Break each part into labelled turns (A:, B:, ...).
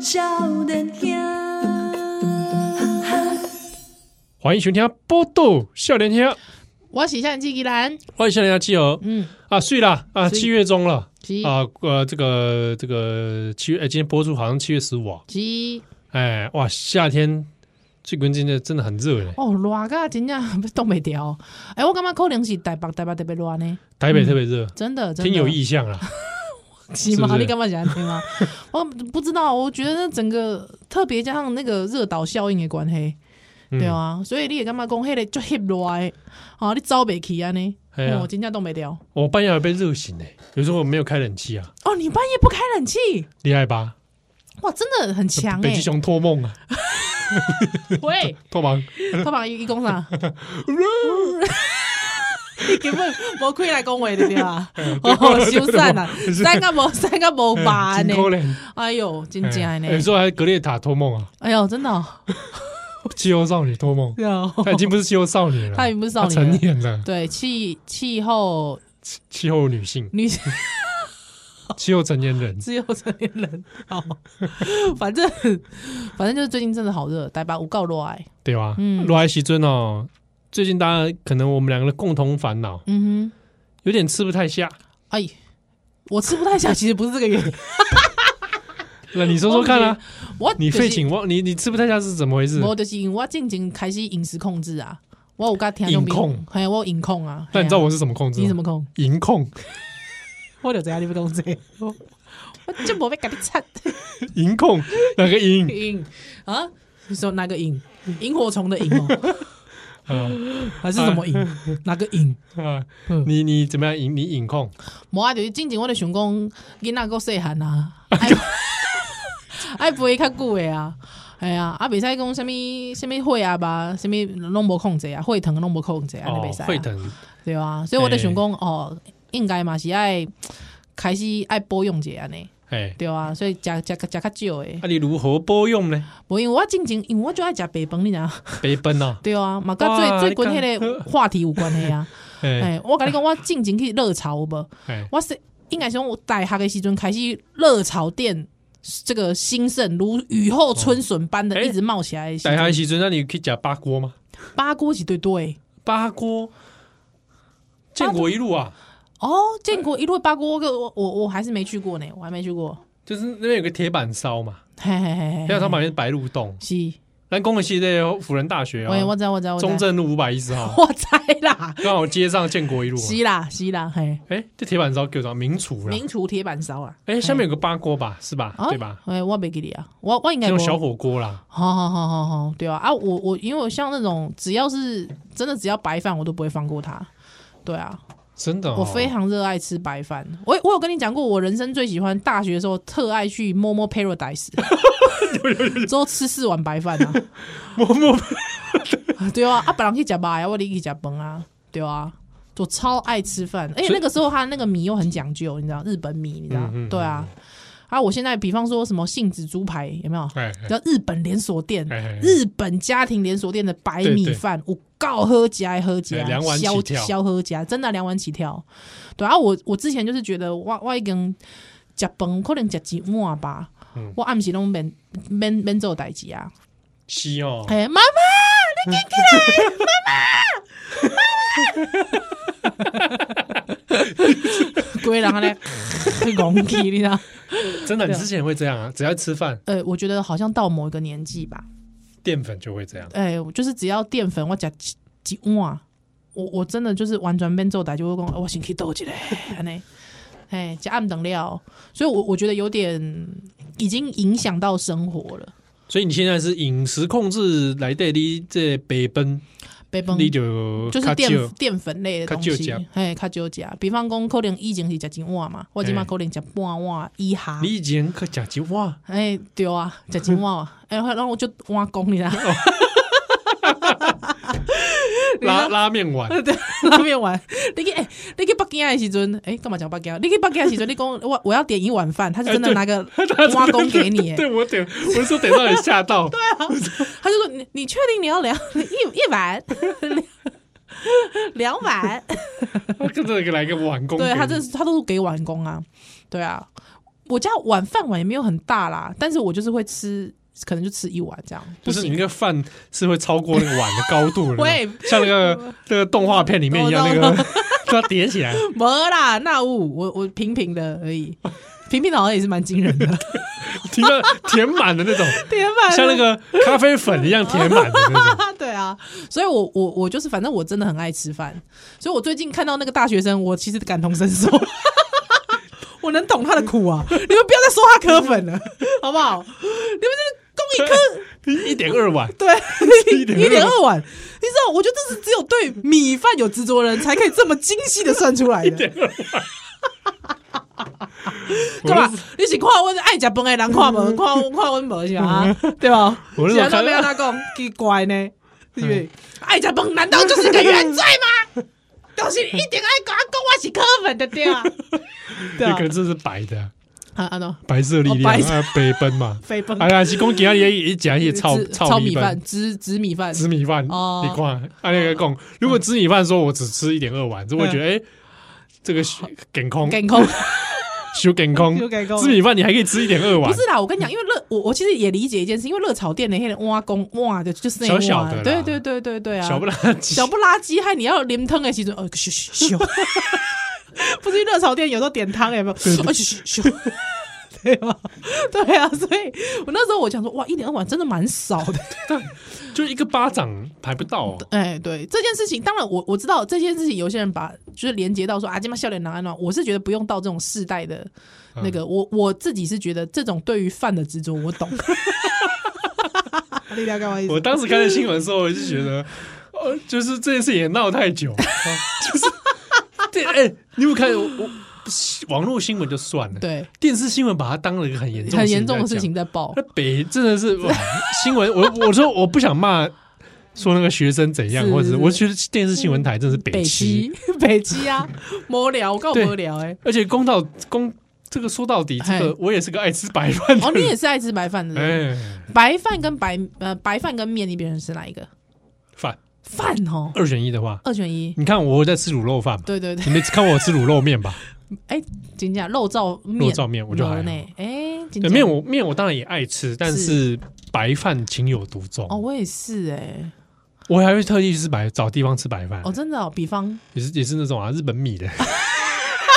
A: 少年兄，哈哈，
B: 欢迎收听《波豆笑连天》，
C: 我是相机依兰，
B: 欢迎笑连天集合
C: 嗯，
B: 啊，睡啦啊，
C: 水
B: 七月中了
C: 是
B: 啊，呃，这个这个七月，哎，今天播出好像七月十五啊，
C: 是
B: 哎，哇，夏天最近真的真的很热嘞，
C: 哦，热噶真正冻袂掉。哎、我感觉可能是台北台北特别热呢，
B: 台北特别热，
C: 真的，真的
B: 挺有啊意向啦，是
C: 是吗？
B: 不是
C: 你干嘛想听吗？ 我不知道，我觉得整个特别加上那个热岛效应的关系，
B: 嗯
C: 对，啊，所以你也干嘛讲迄个就翕热的，哦，你走袂起安尼，
B: 哎呀
C: 哦，真正冻袂掉。
B: 我半夜还被热醒嘞，有时候我没有开冷气啊，
C: 哦，你半夜不开冷气，
B: 厉害吧？
C: 哇，真的很强
B: 北
C: 哎、
B: 极熊托梦啊，
C: 喂，
B: 托梦，
C: 他把伊讲
B: 啊
C: 啥？你根本无开来讲话的对吧？ 哦，修缮啦， 三个无三个无把
B: 真
C: 呢。
B: 可怜，
C: 哎呦，真正的
B: 哎有
C: 呢
B: 时！候还格列塔托梦啊，
C: 哎呦，真的哦，
B: 气候少女托 梦，
C: 对啊
B: 她已经不是气候少女了，
C: 她已经不是少女了
B: 她成年了，
C: 对气气候
B: 气候女性，
C: 女
B: 气候成年人
C: 只有成年人好，反正反正就是最近真的好热，台北有够热哎。
B: 对吧？
C: 嗯
B: 罗莱西尊哦，最近大家可能我们两个的共同烦恼，
C: 嗯哼，
B: 有点吃不太下。
C: 哎，我吃不太下，其实不是这个 原因。
B: 那你说说看啊，
C: 我
B: 你
C: 就是
B: 废寝忘，你你吃不太下是怎么回事？
C: 我就是因为我渐渐开始饮食控制啊，我有甲听
B: 饮
C: 用
B: 控，
C: 嘿，我有饮控啊。
B: 那你知道
C: 嘿啊
B: 我是什么控制吗？
C: 你什么控？
B: 银控？
C: 我就知影你要讲这个，我 我就无要甲你插
B: 银控哪个银？
C: 影 啊？你说哪个影？萤火虫的影 哦，
B: 啊
C: 还是什么影？哪个影？
B: 啊
C: 嗯！
B: 你你怎么样？银你银控？
C: 无啊，就是进前我就想讲，囡仔够细汉 啊，爱爱飞较久的啊，哎呀，啊，袂使讲什物什物火啊吧，什物拢无控制啊，血糖拢无控制啊，安尼
B: 哦
C: 袂使，
B: 沸
C: 啊，
B: 腾
C: 对啊，所以我就想讲，哦，应该嘛是爱开始爱保养者安尼，
B: 哎，啊
C: 对啊，所以食食食较少诶。
B: 那你如何播用呢？
C: 无因为我进前，因为我就爱食白饭，你知影
B: 北奔啊！
C: 对啊，嘛甲
B: 哇
C: 最最近
B: 你看
C: 迄个话题有关 系啊。
B: 哎
C: 哎，我甲你讲，我进前去热潮有无？
B: 哎，
C: 我是应该是讲我大学的时阵开始热潮店这个兴盛，如雨后春笋般
B: 哦
C: 的
B: 哎
C: 一直冒起来的时
B: 大
C: 候。
B: 下时阵，那你可以讲八锅吗？
C: 八锅是对对
B: 八锅，建国一路啊，
C: 哦，建国一路八锅，我我我还是没去过呢，我还没去过。
B: 就是那边有个铁板烧嘛，
C: 嘿嘿嘿嘿
B: 铁板烧
C: 嘿，
B: 旁边是白鹿洞，
C: 是，
B: 咱公的系在辅仁大学
C: 我
B: 啊
C: 我，知道我知道我知道
B: 中正路五百一十号，
C: 我猜 啦，
B: 刚好接上建国一路啊。
C: 是啦是啦，嘿，
B: 哎，这铁板烧叫啥？名厨啦。
C: 名厨铁板烧啊，
B: 哎，下面有个八锅吧，是吧？
C: 啊
B: 对吧？？
C: 哎，我袂记你啊，我我应
B: 这
C: 该
B: 种
C: 无
B: 小火锅啦，
C: 好好好好好，对啊啊，我我因为我像那种只要是真的只要白饭，我都不会放过它。对啊，
B: 真的哦，
C: 我非常热爱吃白饭。我我有跟你讲过，我人生最喜欢大学的时候特爱去 Momo Paradise，之后吃四碗白饭啊。
B: 默默
C: 对啊，啊，别人去吃白啊，我得去吃饭啊。对啊，我超爱吃饭，而且那个时候他那个米又很讲究，你知道日本米，你知道？
B: 嗯嗯嗯
C: 对啊，啊，我现在比方说什么杏子猪排有没有？
B: 哎哎
C: 叫日本连锁店
B: 哎哎哎，
C: 日本家庭连锁店的白米饭，我告喝加喝加
B: 哎，两碗起
C: 消
B: 跳
C: 消喝加，真的两碗起跳。对啊，我我之前就是觉得我我已经食饭可能食一碗吧，
B: 嗯
C: 我暗时拢免免免做代志啊。
B: 是哦，
C: 哎、妈妈，你起起哎来，妈妈，妈妈， 鬼人啊咧，戆起你知道？
B: 真的，你
C: 对啊
B: 之前也会这样啊，只要吃饭，
C: 呃，我觉得好像到某一个年纪吧，
B: 淀粉就会这样。
C: 哎、我就是只要淀粉，我加几几碗，我我真的就是完全变做代，就会讲、哦我先去倒一个，安尼，哎，加暗等料，所以我我觉得有点已经影响到生活了。
B: 所以你现在是饮食控制来对你这北奔，
C: 被崩
B: 你就
C: 就是
B: 较少
C: 淀淀粉类的东
B: 较
C: 西
B: 少食，
C: 嘿，较少食。比方讲，可能以前是食一碗嘛，我即
B: 嘿
C: 嘛可能食半碗以下。
B: 你以前去食一碗，
C: 哎，对啊，食一碗啊， 哎，然后我就碗公你啦，啊
B: 拉拉面 碗，
C: 拉面碗。你去哎，你去北京的时阵，哎，干嘛讲北京？你去北京的时阵，你讲我我要点一碗饭，
B: 哎
C: 他就真的 拿个碗公给你，哎
B: 对啊我点，我说点到你吓到，
C: 他就说你你确定你要两一一碗 两碗？
B: 跟着来个碗工给
C: 对
B: 你，
C: 他这他都是给碗工啊，对啊。我家晚饭碗也没有很大啦，但是我就是会吃，可能就吃一碗这样。
B: 就
C: 不
B: 是你啊
C: 行
B: 那个饭是会超过那个碗的高度的，
C: 喂
B: 像那个那个动画片里面一样，
C: 懂
B: 那
C: 懂
B: 个它叠起来，
C: 没啦，那五我我平平的而已，平平的好像也是蛮惊人的，
B: 填了填满的那种，
C: 天哪！
B: 像那个咖啡粉一样填满的那种。
C: 对啊，所以我我我就是，反正我真的很爱吃饭，所以我最近看到那个大学生，我其实感同身受， 我能懂他的苦啊！你们不要再说他磕粉了， 好不好？ 你们这供一颗
B: 一点二 碗，
C: 对一
B: 1.2
C: 点二碗，你知道，我觉得这是只有对米饭有执着的人才可以这么精细的算出来的。 干嘛
B: 我那？
C: 你是看我爱食饭的人看无，看我看阮无是吧？啊对吧？
B: 我那
C: 是
B: 时候
C: 安怎
B: 看
C: 要他讲奇怪呢？对不对？爱食饭难道就是个原罪吗？就是一定爱讲讲我是科粉的对啊？对
B: 那
C: 啊
B: 个，这是白的，
C: 啊啊喏，
B: 白色力
C: 哦白
B: 量
C: 色
B: 啊，北奔嘛。
C: 飞奔
B: 哎呀，是讲今仔日一讲一炒
C: 紫
B: 炒
C: 米
B: 米
C: 饭，
B: 饭、
C: 紫紫米饭，
B: 紫米饭，
C: 哦嗯
B: 你看，按那个讲，如果紫米饭说我只吃一点二碗，就会觉得哎，这个健康，
C: 健康。
B: 修健康
C: 太健，康
B: 紫米饭你还可以吃一点二碗
C: 不，是啦，我跟你讲，因为热，我我其实也理解一件事，因为热炒店那些人哇公哇的，就是那
B: 小
C: 些
B: 小
C: 碗
B: 的啦
C: 对对对对对啊，
B: 小不拉几，
C: 小不拉几，害你要淋汤的时阵，哦，咻咻咻， 不是热炒店有时候点汤有没有？哦，咻咻咻， 对吧？对啊，所以我那时候我想说，哇，一点二碗真的蛮少的。
B: 就一个巴掌还不到哦，
C: 哎，对这件事情，当然我我知道这件事情，有些人把就是连接到说啊，这么笑脸拿安暖，我是觉得不用到这种世代的
B: 嗯
C: 那个，我我自己是觉得这种对于饭的执着，我懂。你了解我意
B: 我当时看到新闻的时候，我就觉 得，呃，就是这件事也闹太久，啊就是对，哎、你有没有看我我网络新闻就算了，，
C: 对，
B: 电视新闻把它当了一个很严重
C: 很严重的事
B: 在
C: 情在报
B: 讲。那北真的是哇新闻，我我说我不想骂。说那个学生怎样，
C: 是
B: 或者是
C: 是
B: 我觉得电视新闻台真的是
C: 北
B: 北
C: 极
B: 欺，，
C: 北极啊，无聊，我告
B: 对
C: 无聊哎、
B: 而且公道公这个说到底，这个
C: 嘿
B: 我也是个爱吃白饭的
C: 哎哦，
B: 人。
C: 你也是爱吃白饭的人，
B: 哎，
C: 白饭跟白呃白饭跟面，你别人吃哪一个？
B: 饭
C: 饭哦，
B: 二选一的话，
C: 二选一。
B: 你看我在吃卤肉饭嘛，
C: 对对对
B: 你，没看我吃卤肉面吧？
C: 哎，金价肉燥 面，
B: 肉燥面我就还好
C: 呢。哎，真
B: 对
C: 正
B: 面我面我当然也爱吃，但
C: 是
B: 是白饭情有独钟。
C: 哦，我也是哎，
B: 我还会特地去吃白找地方吃白饭，
C: 哦，真的哦，比方
B: 也是也是那种啊日本米的。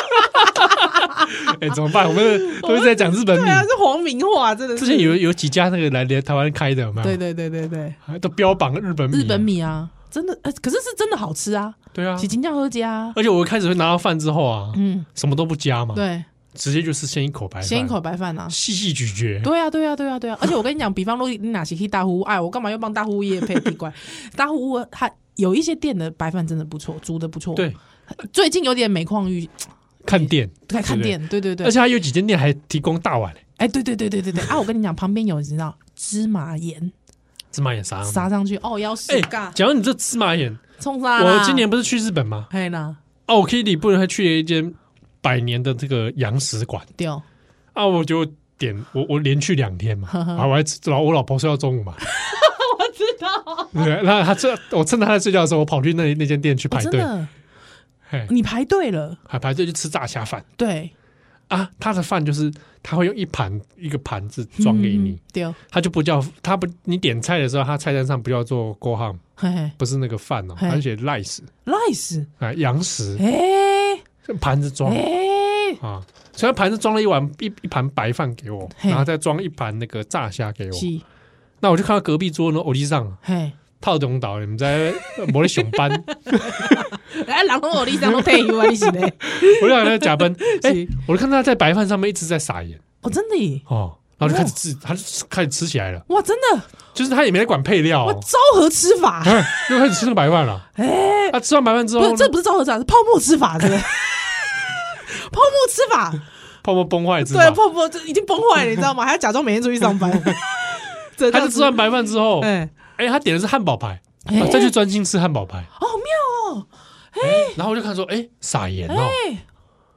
B: 哎、怎么办？我们的都一直在讲日本米。
C: 啊是黄明化，真的
B: 之前有有几家那个来来台湾开的，有没有？
C: 对对对对对，
B: 还都标榜日本米、
C: 日本。米啊，真的，呃可是是真的好吃啊，哦
B: 对啊
C: 起，金价喝加，
B: 而且我开始会拿到饭之后啊，
C: 嗯，
B: 什么都不加嘛，
C: 对，
B: 直接就是先一口白饭，
C: 先一口白饭啊。
B: 细细咀嚼。
C: 对啊，对啊，对啊，对啊！而且我跟你讲，比方说你哪些去大户屋，哎，我干嘛要帮大户屋业配地 怪？大户屋它有一些店的白饭真的不错，煮的不错。
B: 对，
C: 最近有点每况愈，
B: 看店，
C: 在
B: 对
C: 看
B: 不对
C: 店，对对对
B: 而，且还有几间店还提供大碗、
C: 哎，对对对对对 对啊！我跟你讲，旁边有你知道芝麻盐
B: 芝麻眼啥？
C: 撒上去，哦，要死
B: 哎、
C: 嘎，
B: 讲到你这芝麻眼，
C: 冲啥啦？
B: 我今年不是去日本吗？
C: 嘿啦
B: 啊，我 Kitty 不能还去了一间百年的这个洋食馆
C: 掉，
B: 啊，我就点我我连去两天嘛，
C: 呵呵
B: 啊，我还吃老我老婆睡到中午 嘛，我知道。对，那她这我趁她在睡觉的时候，我跑去那那间店去
C: 哦
B: 排
C: 真
B: 队，
C: 的，
B: 嘿，
C: 你排队了，
B: 还排队去吃炸虾饭
C: 对，
B: 啊。他的饭就是他会用一盘一个盘子装给你，
C: 嗯掉，
B: 他就不叫他不你点菜的时候，他菜单上不叫做锅ham，
C: 嘿嘿
B: 不是那个饭哦，
C: 嘿
B: 而且 rice
C: ，nice，
B: 啊洋食
C: 哎
B: 盘子装。
C: 哎，
B: 啊，所以他盘子装了一碗一一盘白饭给我，
C: 嘿
B: 然后再装一盘那个炸虾给我。
C: 是，
B: 那我就看到隔壁桌呢，欧弟上
C: 嘿，
B: 套东岛，你们在摩力熊班，
C: 哎，人拢学你上拢退休啊，你是嘞？
B: 我就想在假奔，哎、
C: 是
B: 我就看他在白饭上面一直在撒盐
C: 哦，真的耶，
B: 哦，然后就开始吃，他就开始吃起来了，
C: 哇，真的，
B: 就是他也没来管配料、
C: 哇，
B: 哦，
C: 昭和吃 法，
B: 哎又开始吃那个白饭了。
C: 哎，
B: 他、吃完白饭之
C: 不
B: 后
C: 是，
B: 呢，
C: 这不是昭和吃法，是泡沫吃法，这个泡沫吃法，
B: 泡沫崩坏之后
C: 对，，啊泡沫这已经崩坏了，你知 道吗？还要假装每天出去上班，哦这
B: 他就吃完白饭之后，哎、
C: 哎，
B: 他点的是汉堡排，
C: 哎
B: 啊再去专心吃汉堡排。
C: 哦，好妙哦，
B: 然后我就看说，哎、撒盐哦，
C: 哎，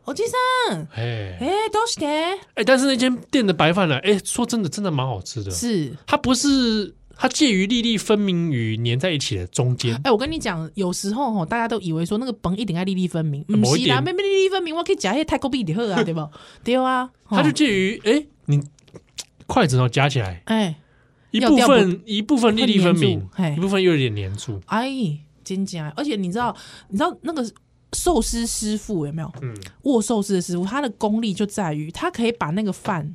C: 我先生，
B: 哎、
C: 哎，都是的，
B: 哎、但是那间店的白饭呢、哎、说真的，真的蛮好吃的。
C: 是
B: 它不是它介于粒粒分明与粘在一起的中间
C: 哎、。我跟你讲，有时候吼，大家都以为说那个崩一定要粒粒分明，
B: 某
C: 不
B: 一
C: 是啦，
B: 点
C: 没没粒粒分明，我可以夹些泰国币的喝啊，对不？对啊，吼
B: 它就介于哎、你筷子哦夹起来，
C: 哎
B: 一
C: 要
B: 部
C: 掉不
B: 分一部分粒粒分
C: 会粘
B: 明
C: 住嘿，
B: 一部分又有点粘住。
C: 哎，真假？而且你知道，你知道那个寿司师傅有没有
B: 嗯，
C: 握寿司的师傅？他的功力就在于他可以把那个饭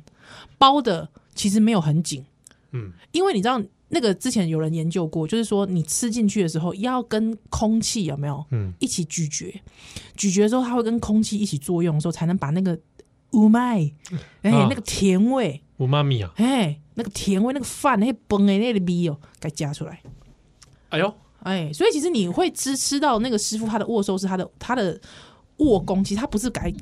C: 包的其实没有很紧，
B: 嗯，
C: 因为你知道那个之前有人研究过，就是说你吃进去的时候要跟空气有没有
B: 嗯
C: 一起咀嚼，咀嚼的时候它会跟空气一起作用的时候，才能把那个乌麦，哎、
B: 啊
C: 那个甜味，
B: 我妈咪啊，
C: 哎、那个甜味，那个饭那个崩哎那个味哦，给它夹出来。
B: 哎呦，
C: 哎，所以其实你会吃吃到那个师傅他的握寿司，他的他的握功，其实他不是改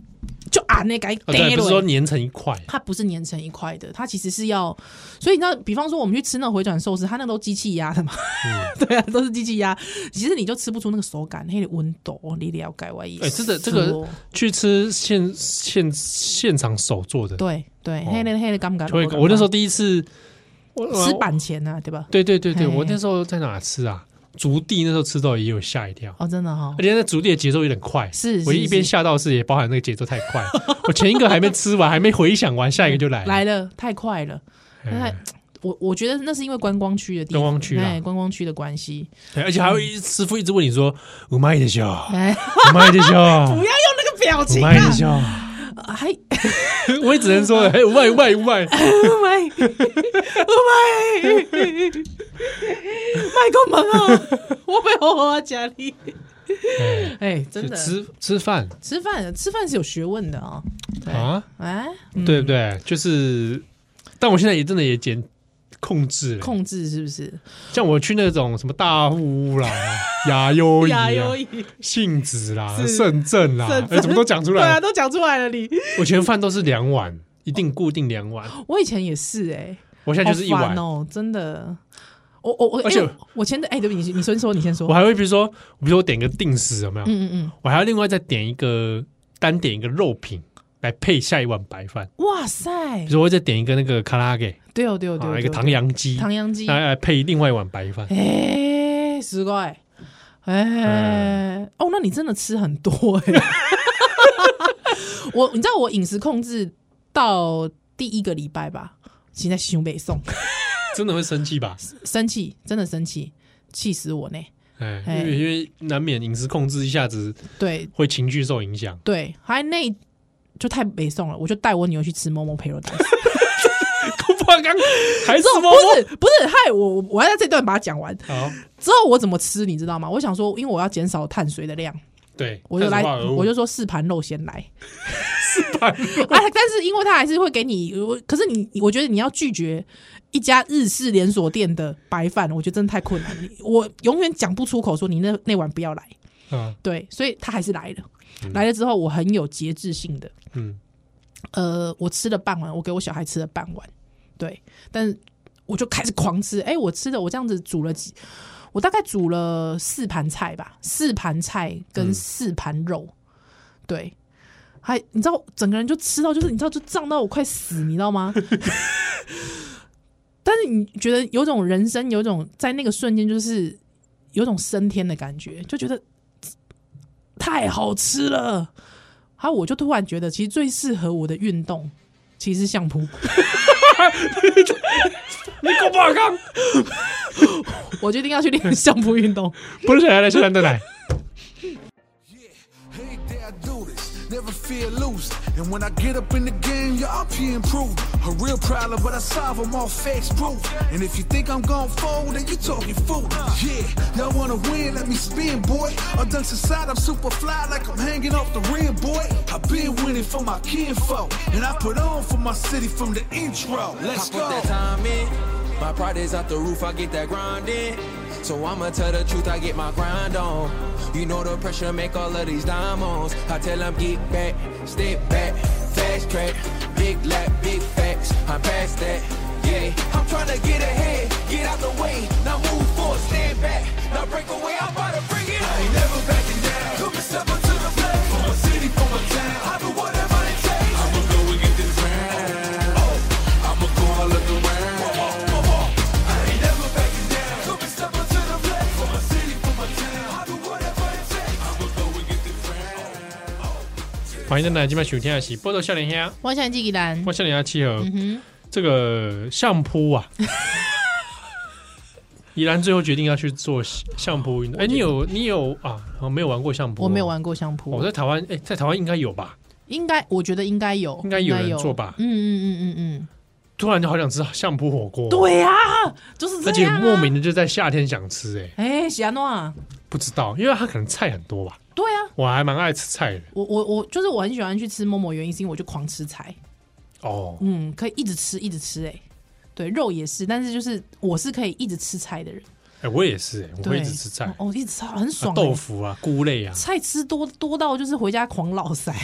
C: 就啊那改
B: 啊对，不是说粘成一块，
C: 它不是粘成一块的，它其实是要，所以你知道，比方说我们去吃那种回转寿司，它那都机器压的嘛，
B: 嗯
C: 对啊，都是机器压，其实你就吃不出那个手感，那个温度，你了解我意思？哦
B: 哎这个这个去吃现现现场手做的，
C: 对对，
B: 哦
C: 黑的黑的尴尬，
B: 就会我那时候第一次我
C: 吃，板前呐、啊，对吧
B: 我？对对对对，
C: 嘿
B: 我那时候在哪吃啊？竹地那时候吃到也有吓一跳，
C: 哦，真的哈、
B: 而且那竹地的节奏有点快，
C: 是
B: 我
C: 是
B: 一边
C: 是
B: 吓到是也包含那个节奏太快， 我前一个还没吃完，还没回想完，下一个就来了
C: 来了，太快了，那
B: 哎
C: 我我觉得那是因为观光区的地方，
B: 观光区啦
C: 哎，观光区的关系，
B: 对而且还有一师傅一直问你说“五麦的笑，
C: 哎，
B: 五麦的笑，
C: 不要用那个表
B: 五
C: 情
B: 麦的
C: 啊，
B: 笑”，
C: 还
B: 我也只能 说“哎，五麦五麦五麦
C: 唔系，唔系，Oh 卖个门啊！我被好好啊，家里。”，
B: 哎
C: 哎，
B: 就
C: 真的，
B: 吃吃饭
C: 吃饭吃饭是有学问的啊、对
B: 啊，
C: 哎，
B: 对不对？就是，但我现在也真的也减控制了，
C: 控制是不是？
B: 像我去那种什么大户屋啦、 雅优
C: 哎呀
B: 啊、
C: 哟，
B: 杏子啦、
C: 是
B: 圣正啦，
C: 圣
B: 哎，怎么都讲出
C: 对
B: 来
C: 啊，
B: 了？
C: 都讲出来了你。
B: 我全饭都是两碗，一定固定两碗，
C: 我以前也是哎、
B: 我现在就是一
C: 哦好
B: 碗
C: 烦。哦，真的。我我我，
B: 而且
C: 哎我前的哎，对不起，你你先说，你先说
B: 我。还会比如说，比如说我点个定时有没有？
C: 嗯嗯嗯，
B: 我还要另外再点一个单点一个肉品来配下一碗白饭，
C: 哇塞
B: 比如，说我会再点一个那个卡拉给
C: 对哦对哦对哦，
B: 啊，一个
C: 对哦
B: 唐扬鸡，哎
C: 唐扬鸡，
B: 来来配另外一碗白饭。
C: 哎、すごい。哎、哦，那你真的吃很多哎、 我，你知道我饮食控制到第一个礼拜吧，现在胸北送，
B: 真的会生气吧？
C: 生气，真的生气，气死我呢。
B: 哎，
C: 哎
B: 因为因为难免饮食控制一下子
C: 对，
B: 会情绪受影响
C: 对，还那就太北送了，我就带我女儿去吃某某培肉蛋。
B: 不刚还是
C: 不是不是，害我我我要在这段把它讲完
B: 好
C: 之后，我怎么吃你知道吗？我想说，因为我要减少碳水的量，
B: 对，
C: 我就
B: 碳
C: 来
B: 水化合物
C: 我就说四盘肉先来。
B: 拌
C: 啊，但是因为他还是会给你，我可是你，我觉得你要拒绝一家日式连锁店的白饭，我觉得真的太困难。你我永远讲不出口，说你那那碗不要来。
B: 啊
C: 对，所以他还是来了。来了之后，我很有节制性的，
B: 嗯，
C: 呃，我吃了半碗，我给我小孩吃了半碗，对，但是我就开始狂吃。哎、我吃的我这样子煮了几，我大概煮了四盘菜吧，四盘菜跟四盘肉，对。还你知道，整个人就吃到，就是你知道，就胀到我快死，你知道吗？ 但是你觉得有种人生，有种在那个瞬间，就是有种升天的感觉，就觉得太好吃了。啊，我就突然觉得，其实最适合我的运动其实是相扑。
B: 你够不好看，
C: 我决定要去练 相扑运动。
B: 不是来来是来来来，
D: Hey there, I do this. Never fear losing. And when I get up in the game, you're up here improving. A real problem, but I solve them all facts proof. And if you think I'm going forward, then you talking fool. Yeah, y'all wanna win, let me spin, boy. Or dunks inside, I'm super fly like I'm hanging off the rim, boy. I've been winning for my kinfolk. And I put on for my city from the intro. Let's
E: I put
D: go.
E: that time in. My pride is out the roof, I get that grind in. So I'ma tell the truth, I get my grind on. You know the pressure make all of these diamonds. I tell them get back, step back, fast track, big lap, big facts. I'm past that, yeah. I'm trying to get ahead, get out the way. Now move forward, stand back. Now break away, I'm about to bring it. I ain't never backing down. Come and step up to the plate. For my city, for my town. I do whatever it takes. I'ma go and get this round. I'ma go all of the round. I ain't never backing
B: 欢迎登来今晚收听的是《波多笑脸虾》，
C: 我想记给咱
B: 我笑脸虾七和
C: 嗯哼，
B: 这个相扑啊， 怡然最后决定要去做相扑运动。哎，你有你有啊？我没有玩过相扑，啊
C: 我没有。玩过相扑
B: 我，在台湾，哎，在台湾应该有吧？
C: 应该我觉得应该有，
B: 应该有人做吧哦
C: 嗯嗯嗯嗯
B: 突然就好想吃相扑火锅，啊
C: 嗯，，对呀，就是这
B: 而且
C: 样啊
B: 莫名的就在夏天想吃，哎，
C: 哎，喜安诺啊，
B: 不知道，因为它可能菜很多吧。
C: 对啊，
B: 我还蛮爱吃菜的
C: 我我我就是我很喜欢去吃某某原因是因为我就狂吃菜，
B: 哦，
C: 嗯，可以一直吃一直吃哎、对，肉也是，但是就是我是可以一直吃菜的人，
B: 哎，我也是，哎，我会
C: 对，
B: 一直吃菜，啊
C: 哦，一直吃很爽、欸
B: 豆。腐啊，菇类啊，
C: 菜吃多多到就是回家狂老塞，，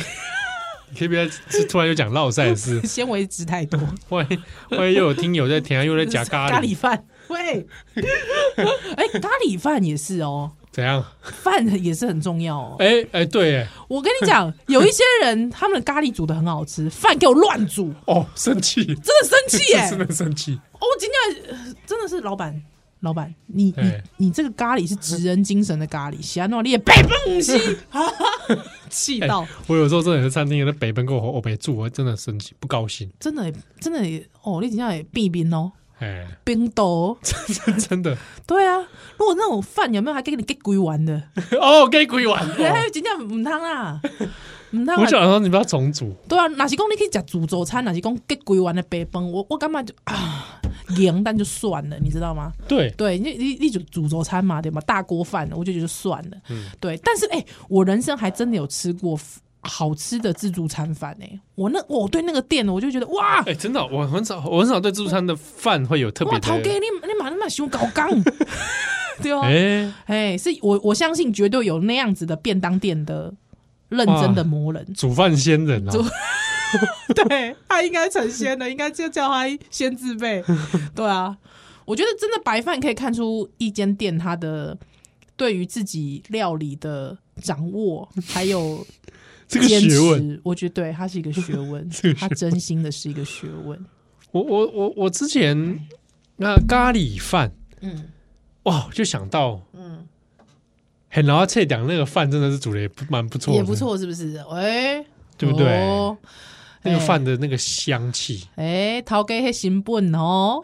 B: 你可以不要吃突然又讲烙菜的事
C: 纤维质太多，
B: 万一万一又有听友在听，又在夹咖喱，
C: 咖喱饭，喂，哎、咖喱饭也是哦，
B: 怎样？
C: 饭也是很重要哦。
B: 哎哎，对，哎，
C: 我跟 你讲，有一些人他们的咖喱煮的很好吃，饭给我乱煮，
B: 哦，生气，
C: 真的生气耶、
B: 真的生气。
C: 哦，今天呃真的是老板，老板，你你
B: 哎
C: 你这个咖喱是职人精神的咖喱，喜安诺你也北蹦西， 哈哈气到、
B: 哎我有时候真的在餐厅在北奔跟我我北住，我真的生气，不高兴。
C: 真的真的哦，你今天也避冰哦，
B: 哎，
C: 冰豆，
B: 真的
C: 对啊，如果那种饭有没有还给你给鬼玩的？
B: 哦，给鬼玩。
C: 哎、
B: 哦
C: 今天唔 汤啦，唔汤
B: 我
C: 啦，
B: 想说你不要重组，
C: 对啊，哪是讲你可以讲煮粥餐，哪是讲给鬼玩的北蹦，我我干嘛就啊凉但就算了，你知道吗？
B: 对，
C: 对，你你你煮煮粥餐嘛，对吗？大锅饭，我就觉得算了。
B: 嗯
C: 对，但是哎、我人生还真的有吃过好吃的自助餐饭哎、我那我对那个店，我就觉得哇。
B: 哎，真的，我很少，我很少对自助餐的饭会有特
C: 哇，
B: 别
C: 陶给
B: 的。
C: 你你马上喜欢搞 杠，对哦，哎、
B: 哎，
C: 是我我相信绝对有那样子的便当店的认真的魔人，
B: 煮饭仙人啊，
C: 对他应该成仙的，应该就叫他先自 备。对啊，我觉得真的白饭可以看出一间店它的对于自己料理的掌握，还有
B: 这个
C: 坚持
B: 学问。。
C: 我觉得对，它是一个学问
B: 这，个学
C: 它
B: 问
C: 真心的是一个学问。
B: 我我我我之前那咖喱饭，
C: 嗯，
B: 哇，我就想到，嗯，很然后菜讲那个饭真的是煮的也不蛮不错，
C: 也不，错，是不是？哎、
B: 对不对
C: 哦
B: 那个饭的那个香气，
C: 哎，头家迄成本哦，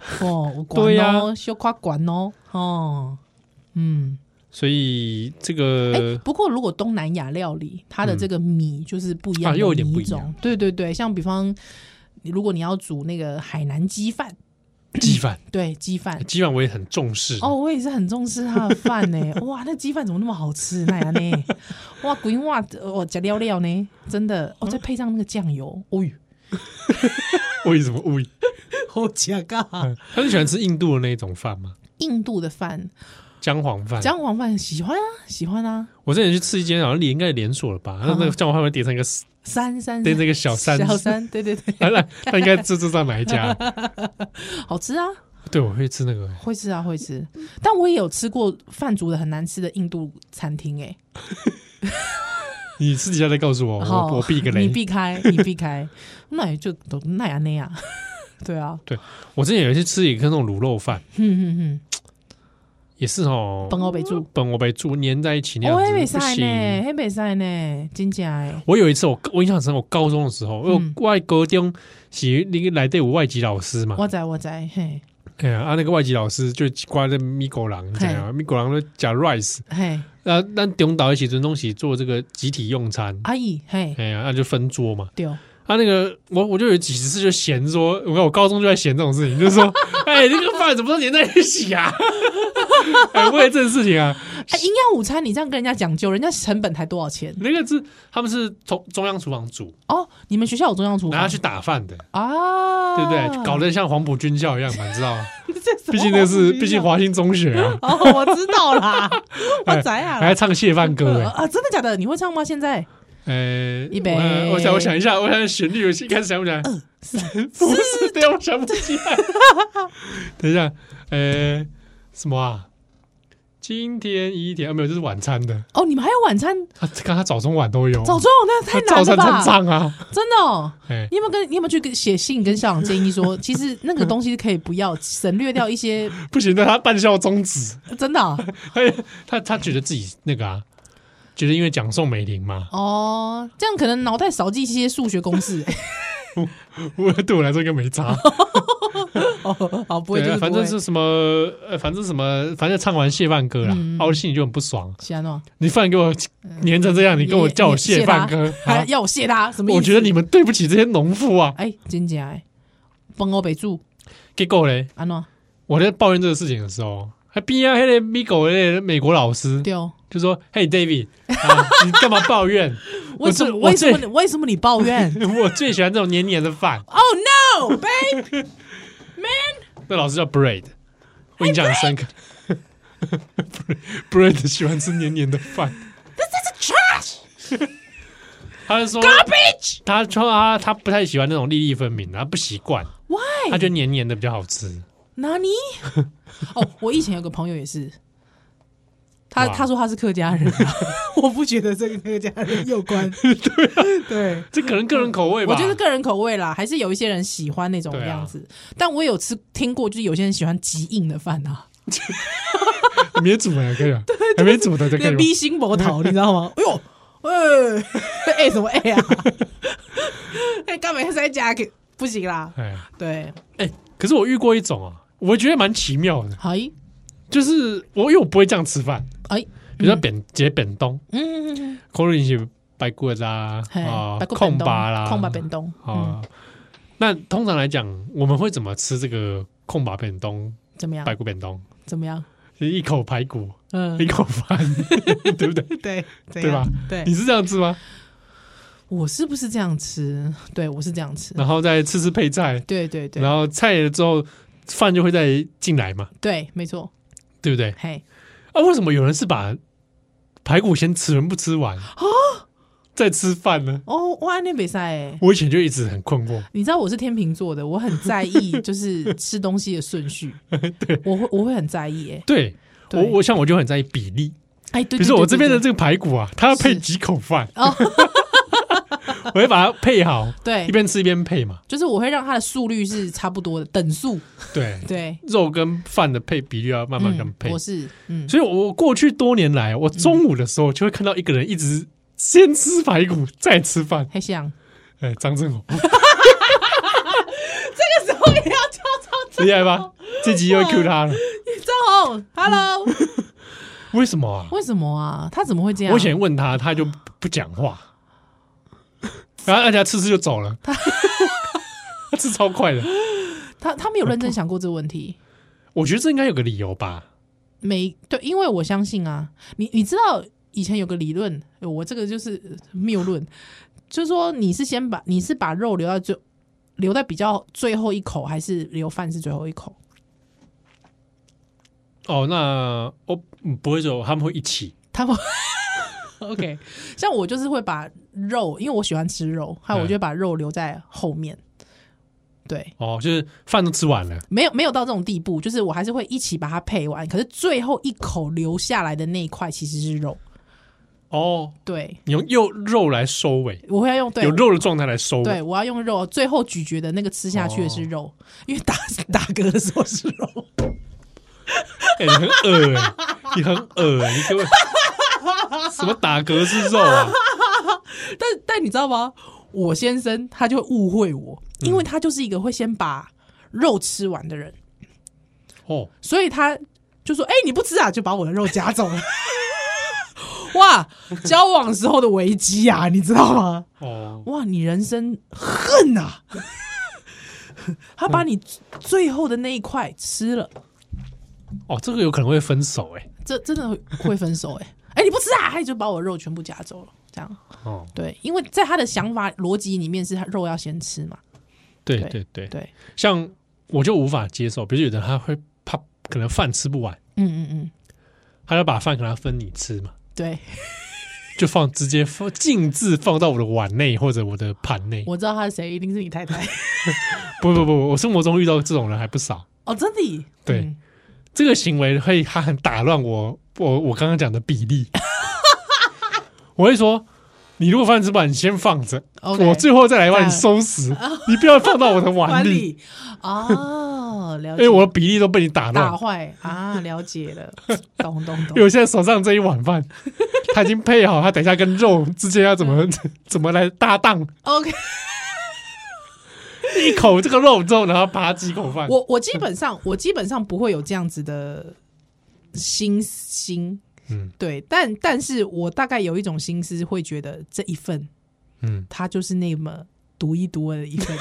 C: 哦，有管
B: 对
C: 哦，
B: 啊
C: 小夸管哦，哦，嗯，
B: 所以这
C: 哎、
B: 个
C: 不过如果东南亚料理，它的这个米就是不一样
B: 嗯啊
C: 的米种，
B: 又有点不一样
C: 对对对，像比方，如果你要煮那个海南鸡饭，
B: 鸡饭，
C: 对鸡饭。
B: 鸡饭我也很重视
C: 哎哦，我也是很重视它的饭 呢、哇，那鸡饭怎么那么好吃？那样呢？哇，鬼哇，我加料料呢，真的
B: 嗯
C: 哦，再配上那个酱油，哦哟，
B: 为什么？为
C: 好啊加嘎！
B: 他是喜欢吃印度的那一种饭吗？
C: 印度的
B: 嗯
C: 饭，
B: 姜黄饭。
C: 姜黄饭喜欢啊，喜欢啊，
B: 我之前去吃一间，好像连应该连锁了吧？那那个姜黄饭会叠成一个，
C: 三三
B: 对那个小三
C: 小三，对 对对，
B: 那那那应该这知道哪一 家？
C: 好吃啊，
B: 对，我会吃那个。
C: 会吃啊，会吃。但我也有吃过饭煮的很难吃的印度餐厅、欸，
B: 你私底下再告诉我，
C: 哎，
B: 哦我我避个雷
C: 你。避开，你避开， 那也就都那样那样， 对啊，
B: 我之前有一次吃一个那种卤肉饭，
C: 哼哼哼，
B: 嗯也是哦，
C: 本欧北住，
B: 本我被住粘在一起那
C: 哦，黑
B: 样
C: 北
B: 子，
C: 塞
B: 不
C: 呢，
B: 行。
C: 黑北塞呢，真假哎，
B: 我有一次，我我印象深，我高中的时候，我
C: 嗯
B: 外国中是那个来对我外籍老师嘛，
C: 我知我知，嘿
B: 哎呀，啊那个外籍老师就挂在米狗狼，你知道吗？啊米狗狼都夹 rice，
C: 嘿，
B: 啊，咱中岛一起尊东西做这个集体用餐，
C: 阿姨嘿，
B: 哎呀，那、就分桌嘛。
C: 对，
B: 啊，那个我我就有几次就嫌说，我看我高中就在嫌这种事情，就是说， 哎、那个饭怎么都粘在一起啊？ 哎，为了这件事情啊，
C: 哎，营养午餐你这样跟人家讲究，人家成本才多少钱？
B: 那个是他们是从中央厨房煮，
C: 哦，你们学校有中央厨
B: 然后
C: 房
B: 去打饭的，
C: 啊？
B: 对不对？搞得像黄埔军校一样嘛，你知道吗？
C: 这什么
B: 毕竟那是
C: 东西啊
B: 毕竟华兴中学啊，哎
C: 哦，我知道 啦， 我知啊
B: 还
C: 啦。
B: 唱谢饭歌
C: 呃
B: 哎、
C: 啊，真的假的？你会唱吗？现在
B: 呃，
C: 预备
B: 我我想我想一下，我想旋律，我一开始想不起来， 不是，对，我想不起来。 等一下，呃，什么啊？今天一点啊，没有，这是晚餐的。
C: 哦，你们还有晚餐
B: 他刚他早中晚都有，
C: 早中那太
B: 他
C: 难
B: 早
C: 了
B: 餐
C: 吧？
B: 称上啊，
C: 真的、哦，
B: 哎，
C: 你有没有跟你有没有去跟写信跟校长建议说，其实那个东西可以不要省略掉一些，
B: 不行，那他办校终止，
C: 真的啊、
B: 哎，他他觉得自己那个啊，就是因为讲宋美龄嘛，
C: 哦，这样可能脑袋少记一些数学公式、欸
B: 我对我来说应该没差。
C: 哦，啊好，不会
B: 对，
C: 就是
B: 反正
C: 是
B: 是什么，呃，反正什么，反正唱完谢饭歌啦，
C: 嗯
B: 然后心里就很不爽。
C: 谢安诺，
B: 你饭给我粘成这样，你跟我
C: 也
B: 叫我
C: 嗯也
B: 谢
C: 他
B: 饭哥，
C: 还、
B: 啊
C: 要我谢他什么意思？
B: 我觉得你们对不起这些农夫啊！
C: 哎、真假哎，崩欧北柱
B: 结果嘞，
C: 安 诺
B: 我在抱怨这个事情的时候，还逼啊，还得米狗那个美国老师
C: 对哦，
B: 就说：“嘿，David，啊，你干嘛抱怨？
C: 为什么
B: 我
C: 为什
B: 最
C: 么你为什么你抱怨
B: 我最喜欢这种黏黏的饭。
C: ？Oh no, babe！”
B: 那老师叫 Bread，我印象很深刻。Bread 喜欢吃黏黏的饭。This is trash。他就说
C: Garbage！
B: 他说他他不太喜欢那种粒粒分明的，他不习惯，
C: Why？
B: 他觉得黏黏的比较好吃。
C: 哪里？哦，我以前有个朋友也是，他
B: 哇
C: 他说他是客家人啊、 我不觉得这跟客家人 有关。对、
B: 这可能个人口啊味吧。
C: 我觉得个人口味啦，还是有一些人喜欢那种
B: 对啊
C: 样子。但我有吃听过，就是有些人喜欢极硬的饭啊，
B: 还没煮哎， 可以啊，还没煮的就可以
C: 那
B: 吗。
C: 逼心博 桃，你知道吗？哎呦，哎、 哎、什么哎、啊？ 哎、干嘛要再加给？不行啦，
B: 哎
C: 对，
B: 哎，可是我遇过一种啊，我觉得蛮奇妙的，
C: 哎
B: 就是我因为我不会这样吃饭，
C: 哎，
B: 比如说扁解扁冬，
C: 嗯嗯，嗯
B: 可能是白骨啦
C: 嘿，
B: 啊，
C: 白骨
B: 空
C: 便当
B: 巴啦，
C: 空巴便当
B: 啊。那通常来讲，我们会怎么吃这个空巴扁冬、
C: 怎么样
B: 白？骨扁冬？
C: 怎么样？
B: 就是一口排骨，
C: 嗯
B: 一，口饭，对不对？
C: 对，怎
B: 对吧
C: 样？对
B: 你，是这样吃吗？
C: 我是不是这样吃？对我是这样吃，
B: 然后再吃吃配菜，
C: 对对嗯对
B: 然后菜了之后，饭就会再进来嘛，
C: 对，没错，
B: 对不对？
C: 嘿，
B: 啊，为什么有人是把排骨先吃人不吃完啊，再吃饭呢？
C: 哦，哇，那比赛。
B: 我以前就一直很困惑，
C: 你知道我是天秤座的，我很 在意就是吃东西的顺序，对，我会我会很在意、哎，
B: 对
C: 对
B: 我我像我就很在意比例，
C: 哎，对，
B: 比如说我这边的
C: 这
B: 这个排骨啊，它要配
C: 是
B: 几口饭，
C: 哦
B: 我会把它配好，
C: 对
B: 一，边吃一边配嘛，
C: 就是我会让它的速率是差不多的等速，
B: 对，
C: 对，
B: 肉跟饭的配比例要慢慢这样
C: 嗯
B: 配，
C: 我是嗯，
B: 所以我过去多年来，我中午的时候就会看到一个人一直先吃排骨再吃饭，
C: 还 想
B: 哎，张正宏
C: 这个时候也要叫张
B: 厉害吧？这集又 Q 他了，
C: 张
B: 嗯
C: 红，Hello，
B: 为什么啊？
C: 为什么啊？他怎么会这样？
B: 我以前问他，他就不讲话，然后而且他吃吃就走 了，他吃超快的。
C: 他他没有认真想过这个问题，
B: 我觉得这应该有个理由吧？
C: 没对，因为我相信啊，你你知道以前有个理论，呃我这个就是呃谬论，就是说你是先把你是把肉留到最留在比较最后一口，还是留饭是最后一口？
B: 哦，那我、嗯不会走，他们会一起。
C: 他们 OK，像我就是会把肉，因为我喜欢吃肉，
B: 嗯
C: 还有我就会把肉留在后面。对，
B: 哦，就是饭都吃完了，
C: 没有没有到这种地步，就是我还是会一起把它配完，可是最后一口留下来的那一块其实是肉。
B: 哦，
C: 对，
B: 你用肉肉来收尾，
C: 我会要用对
B: 有肉的状态来收尾。哎
C: 对，我要用肉，最后咀嚼的那个吃下去的是肉，因为 打打嗝的时候是肉。
B: 哎、你很恶、欸，你很恶、欸，你给 我什么打嗝是肉啊？
C: 但但你知道吗？我先生他就会误会我，因为他就是一个会先把肉吃完的人，
B: 哦，
C: 所以他就说：“哎、你不吃啊，就把我的肉夹走了。”哇，交往时候的危机啊，你知道吗？
B: 哦，
C: 哇，你人生恨啊！他把你最后的那一块吃了，
B: 哦，这个有可能会分手哎、
C: 这真的会分手哎、 哎、你不吃啊，他就把我肉全部夹走了，这样。
B: 哦，
C: 对，因为在他的想法逻辑里面是他肉要先吃嘛，
B: 对
C: 对
B: 对对，
C: 对，
B: 像我就无法接受，比如有的人他会怕可能饭吃不完，
C: 嗯嗯嗯，
B: 他就把饭可能分你吃嘛，
C: 对，
B: 就放直接放径自放到我的碗内或者我的盘内。
C: 我知道他是谁，一定是你太太
B: 不不不，我生活中遇到这种人还不少。
C: 哦，真的，
B: 对
C: 嗯
B: 这个行为会他很打乱我我我刚刚讲的比例。 我会说，你如果饭吃不完，你先放着
C: OK 啊
B: 我最后再来帮你收拾，你不要放到我的碗
C: 管
B: 里，
C: 理哦，了
B: 因
C: 解，
B: 为哎我的比例都被你打
C: 打
B: 乱。
C: 坏啊，了解了，懂懂
B: 因为
C: 懂，
B: 我现在手上这一碗饭， 他已经配好，他等一下跟肉之间要怎 么怎么来搭档，
C: OK，
B: 一口这个肉之后，然后扒几口饭。
C: 我我基本上我基本上不会有这样子的心心，
B: 嗯
C: 对，但但是我大概有一种心思，会觉得这一份
B: 嗯，
C: 它就是那么独一无二的一 份。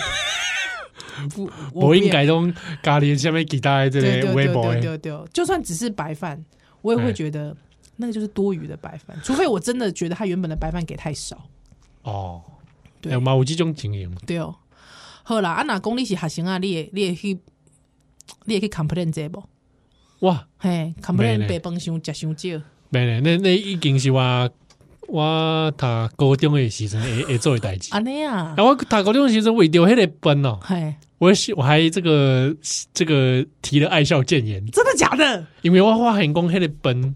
C: 不，我
B: 我
C: 不
B: 应
C: 要
B: 该用咖喱下面给大家这
C: 对
B: 类
C: 对
B: 微
C: 对
B: 博
C: 对
B: 的，
C: 对对，就算只是白饭，我也
B: 哎
C: 会觉得那个就是多余的白饭，除非我真的觉得他原本的白饭给太少。
B: 哦，
C: 对
B: 哎嘛有这种情形，
C: 对哦，好啦，啊，若讲你是学生啊，你也你也去你也去 complain 这不？
B: 哇，
C: 嘿
B: 没
C: ，complain
B: 呢
C: 白饭伤食伤少，
B: 没咧，那那已经是我我读高中的时阵会会做的代志。
C: 安尼啊
B: 啊，，我读高中的时阵为着迄个分哦，
C: 嘿，
B: 我是我还这个这个提了爱笑谏言，
C: 真的假的？
B: 因为我花很工黑的本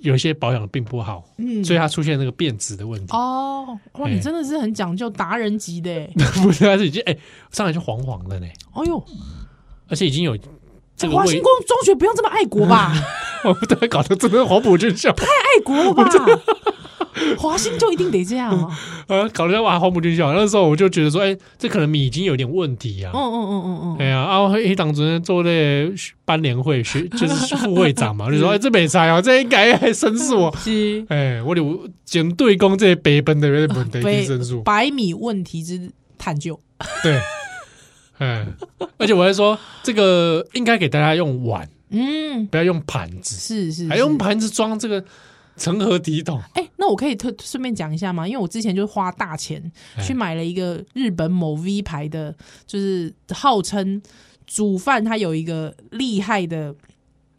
B: 有些保养得并不好，
C: 嗯
B: 所以它出现那个变质的问题。
C: 哦，哇，
B: 哎
C: 你真的是很讲究达人级的欸，
B: 不是，它是已经哎、上来就黄黄的呢，
C: 哎呦，
B: 而且已经有这个
C: 华
B: 味
C: 兴，宫中学不用这么爱国吧？
B: 我们都搞得真的黄埔军校，
C: 爱国了吧？ 华兴就一定得这 样哦，
B: 呃，搞得哇黄埔军校。那时候我就觉得说，哎、这可能米已经有点问题啊
C: 嗯。嗯嗯 嗯
B: 哎
C: 嗯，
B: 呀，啊，黑党主任做那个班联会学就是副会长 嘛，就
C: 嗯
B: 说哎，这没才哦，这应该还申诉我。
C: 是
B: 哎，我有针对讲这北奔的有点问题去
C: 被
B: 申诉。
C: 百米问题之探究，
B: 对，嗯，而且我还说这个应该给大家用碗，
C: 嗯，
B: 不要用盘子，
C: 是是，
B: 还
C: 是
B: 用盘子装这个成何体统？
C: 哎、那我可以特顺便讲一下吗？因为我之前就花大钱去买了一个日本某 V 牌的，就是号称煮饭它有一个厉害的，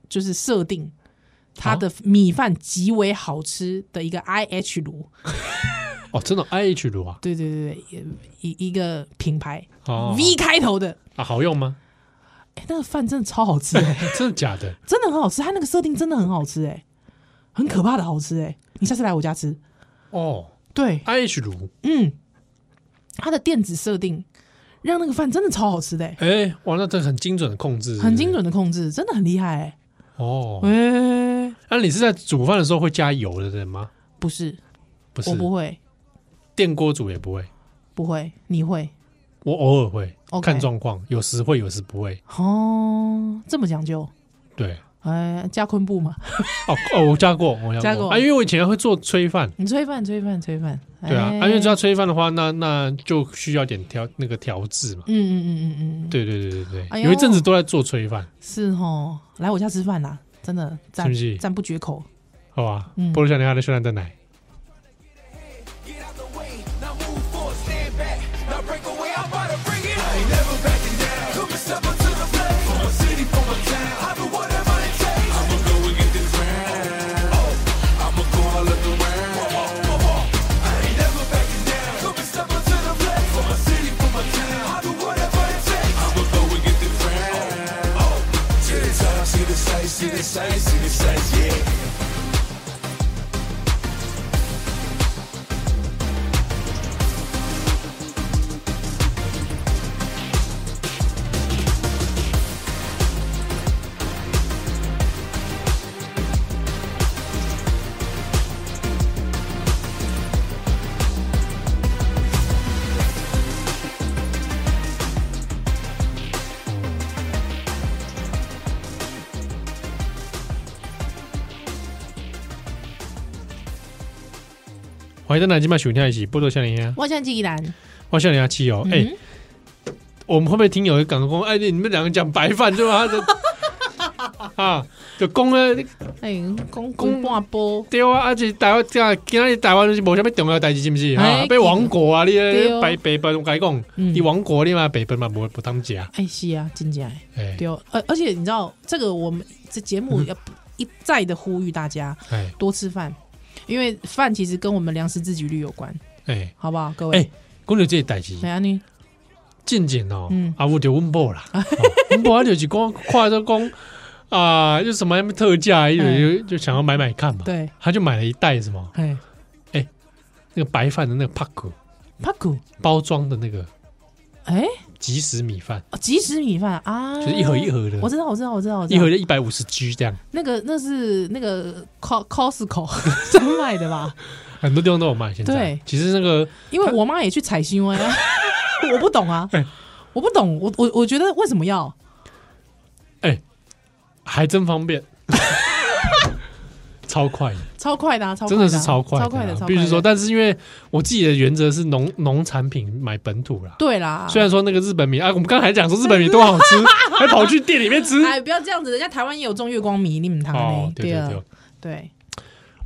C: 就是设定，它的米饭极为好吃的一个 IH 炉，
B: 哦，真的 I H 炉啊，
C: 对对对对，一一个品牌、
B: 哦
C: V 开头的，
B: 啊，好用吗？
C: 哎、那个饭真的超好吃、哎
B: 真的假 的？
C: 真的很好吃，它那个设定真的很好吃、哎，很可怕的好吃、哎，你下次来我家吃，
B: 哦
C: 对，
B: ，I H 炉，
C: 嗯，它的电子设定让那个饭真的超好吃的、欸，
B: 哎，哇，那这很精准的控制，
C: 很精
B: 是
C: 准的控制，真的很厉害、欸。
B: 不是。哦，
C: 喂、
B: 那你是在煮饭的时候会加油的人吗？
C: 不是，
B: 不是
C: 我，不会，
B: 电锅煮也不会，
C: 不会，你会
B: 我偶尔会
C: OK
B: 看状况，有时会，有时不会。
C: 哦，这么讲究？
B: 对，
C: 哎、加昆布嘛，
B: 哦哦，我加过，我
C: 加
B: 加
C: 过
B: 过啊，因为我以前会做炊饭。
C: 你炊饭，炊饭，炊饭，
B: 对啊，
C: 哎
B: 啊，因为只要炊饭的话，那那就需要点调那个调制嘛。
C: 嗯嗯嗯嗯嗯，
B: 对对对对对，
C: 哎呦
B: 有一阵子都在做炊饭，
C: 是哦，来我家吃饭啦，真的赞
B: 是不是
C: 赞不绝口，
B: 好吧？
C: 嗯
B: 菠萝小牛的秀兰的奶，
E: Get out the way, now move forward, stand back. Now break away, I'm about to bring it.
D: See the sights, see the sights, see the sights, yeah.
B: 欢迎在南京买薯条一起菠萝小牛，
C: 万象季依然，
B: 哇，小牛七
C: 嗯
B: 哦，哎，我们会不会听友讲讲？哎，你们两个讲白饭对 吧？这啊，就讲了
C: 哎，公公半波，
B: 对啊，而且台湾这样，今日台湾就是无什么重要代志，是不是？
C: 哎
B: 啊，被亡国啊，你
C: 对哦
B: 白白奔，我跟你讲，
C: 嗯
B: 你亡国你嘛白奔嘛，不不当家，
C: 哎是啊，真假的。
B: 哎
C: 对哦，而而且你知道，这个我们这节目
B: 嗯
C: 要一再的呼吁大家
B: 哎
C: 多吃饭，因为饭其实跟我们粮食自给率有关，
B: 哎，
C: 好不好，各
B: 哎
C: 位？
B: 讲到这个代志。
C: 哎，安妮，
B: 渐渐哦
C: 嗯，
B: 啊，我就问某啦，哦阮某啊就是讲，看着讲啊，有什么特价，有就就想要买买看嘛，，
C: 对，
B: 他就买了一袋什么
C: 哎，
B: 那个白饭的那个 pack
C: 帕古，
B: 包装的那个
C: 哎，
B: 即食米饭，
C: 哦即食米饭啊，
B: 就是一盒一盒的
C: 我知道，我知道，我知道，我知道
B: 一盒就一百五十 G 这样，
C: 那个那是那个 Co- Costco 在卖的吧？
B: 很多地方都有卖。现在
C: 对
B: 其实那个
C: 因为我妈也去采新闻啊， 我不懂啊
B: 哎，
C: 我不懂，我我我觉得为什么要？
B: 还真方 便，超快的，
C: 超快的、啊，超快
B: 真
C: 的啊
B: 的是超快
C: 超快
B: 的
C: 的，
B: 啊，
C: 超
B: 必须说。
C: 的
B: 但是因为我自己的原则是农农产品买本土啦，
C: 对啦，
B: 虽然说那个日本米啊，我们刚才讲说日本米多好 吃，还跑去店里面吃。
C: 哎，不要这样子，人家台湾也有种月光米，你们堂
B: 哦
C: 呢，？
B: 对对
C: 啊
B: 对，
C: 对，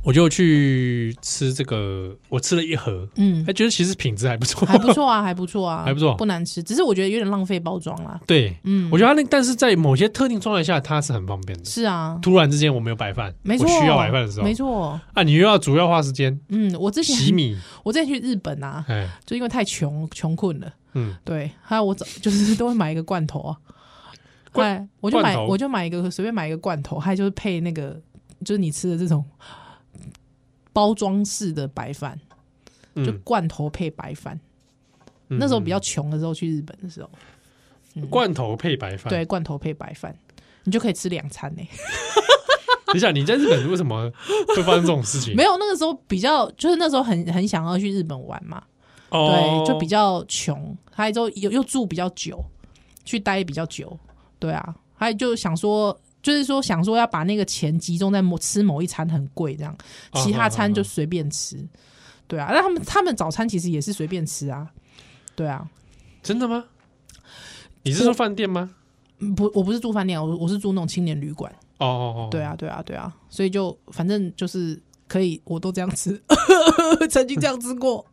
B: 我就去吃这个，我吃了一盒，哎
C: 嗯
B: 还，觉得其实品质还不 错，
C: 还不。错啊，还不错啊，
B: 还不错
C: 不难吃，只是我觉得有点浪费包装啦。
B: 对，
C: 嗯
B: 我觉得它那但是在某些特定状态下，它是很方便的。
C: 是啊，
B: 突然之间我没有白饭，
C: 没错，
B: 我需要白饭的时候，
C: 没错。
B: 啊，你又要主要花时 间
C: 嗯，我之前
B: 洗， 米，
C: 我之前去日本啊，
B: 哎，
C: 就因为太穷穷困了，
B: 嗯，
C: 对，还有我早 就是都会买一个罐头啊，
B: 罐
C: 哎，我就
B: 罐
C: 买
B: 头
C: 我就买一个随便买一个罐头，还就是配那个就是你吃的这种包装式的白饭，
B: 嗯
C: 就罐头配白饭。
B: 嗯
C: 那时候比较
B: 嗯
C: 穷的时候，去日本的时候，
B: 罐头配白饭。
C: 对，，罐头配白饭，你就可以吃两餐呢、
B: 等一下你在日本为什么会发生这种事情？
C: 没有那个时候比较，就是那时候很很想要去日本玩嘛，
B: 哦
C: 对，就比较穷，还有之后又又住比较久，去待比较久，对啊，还有就想说，就是说想说要把那个钱集中在某吃某一餐很贵这样，
B: 啊
C: 其他
B: 啊
C: 餐
B: 啊
C: 就随便吃，对啊，那他们他们早餐其实也是随便吃啊，对啊，
B: 真的吗？你是说饭店吗？
C: 嗯不，我不是住饭店啊，我我是住那种青年旅馆，
B: 哦哦哦，
C: 对啊，对啊，对啊，所以就反正就是可以，我都这样吃， 曾经这样吃过，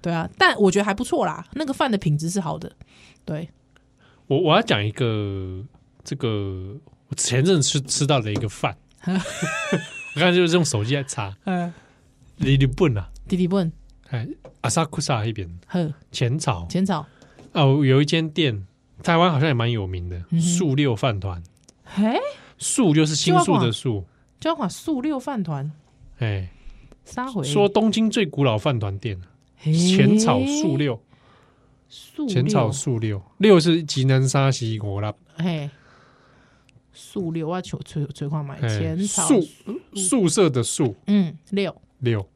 C: 对啊，但我觉得还不错啦，那个饭的品质是好的，对，
B: 我我要讲一个这个我前阵子吃吃到的一个 饭，我刚才就是用手机在查，
C: 嗯，
B: 日本啊，
C: 弟弟问，
B: 哎，阿萨库萨那边
C: 呵，
B: 浅草
C: 浅草，
B: 哦，有一间店，台湾好像也蛮有名的，
C: 嗯哼
B: 素六饭团，
C: 哎，
B: 素就是新宿的素，
C: 交款素六饭团，
B: 哎，
C: 杀回
B: 说东京最古老饭团店，啊
C: 嘿
B: 浅草素六，
C: 素六
B: 浅草素六，六是吉南沙西国啦，
C: 嘿，素六我要求催催款买
B: 哎
C: 浅草
B: 素，宿舍的宿
C: 嗯，六
B: 六。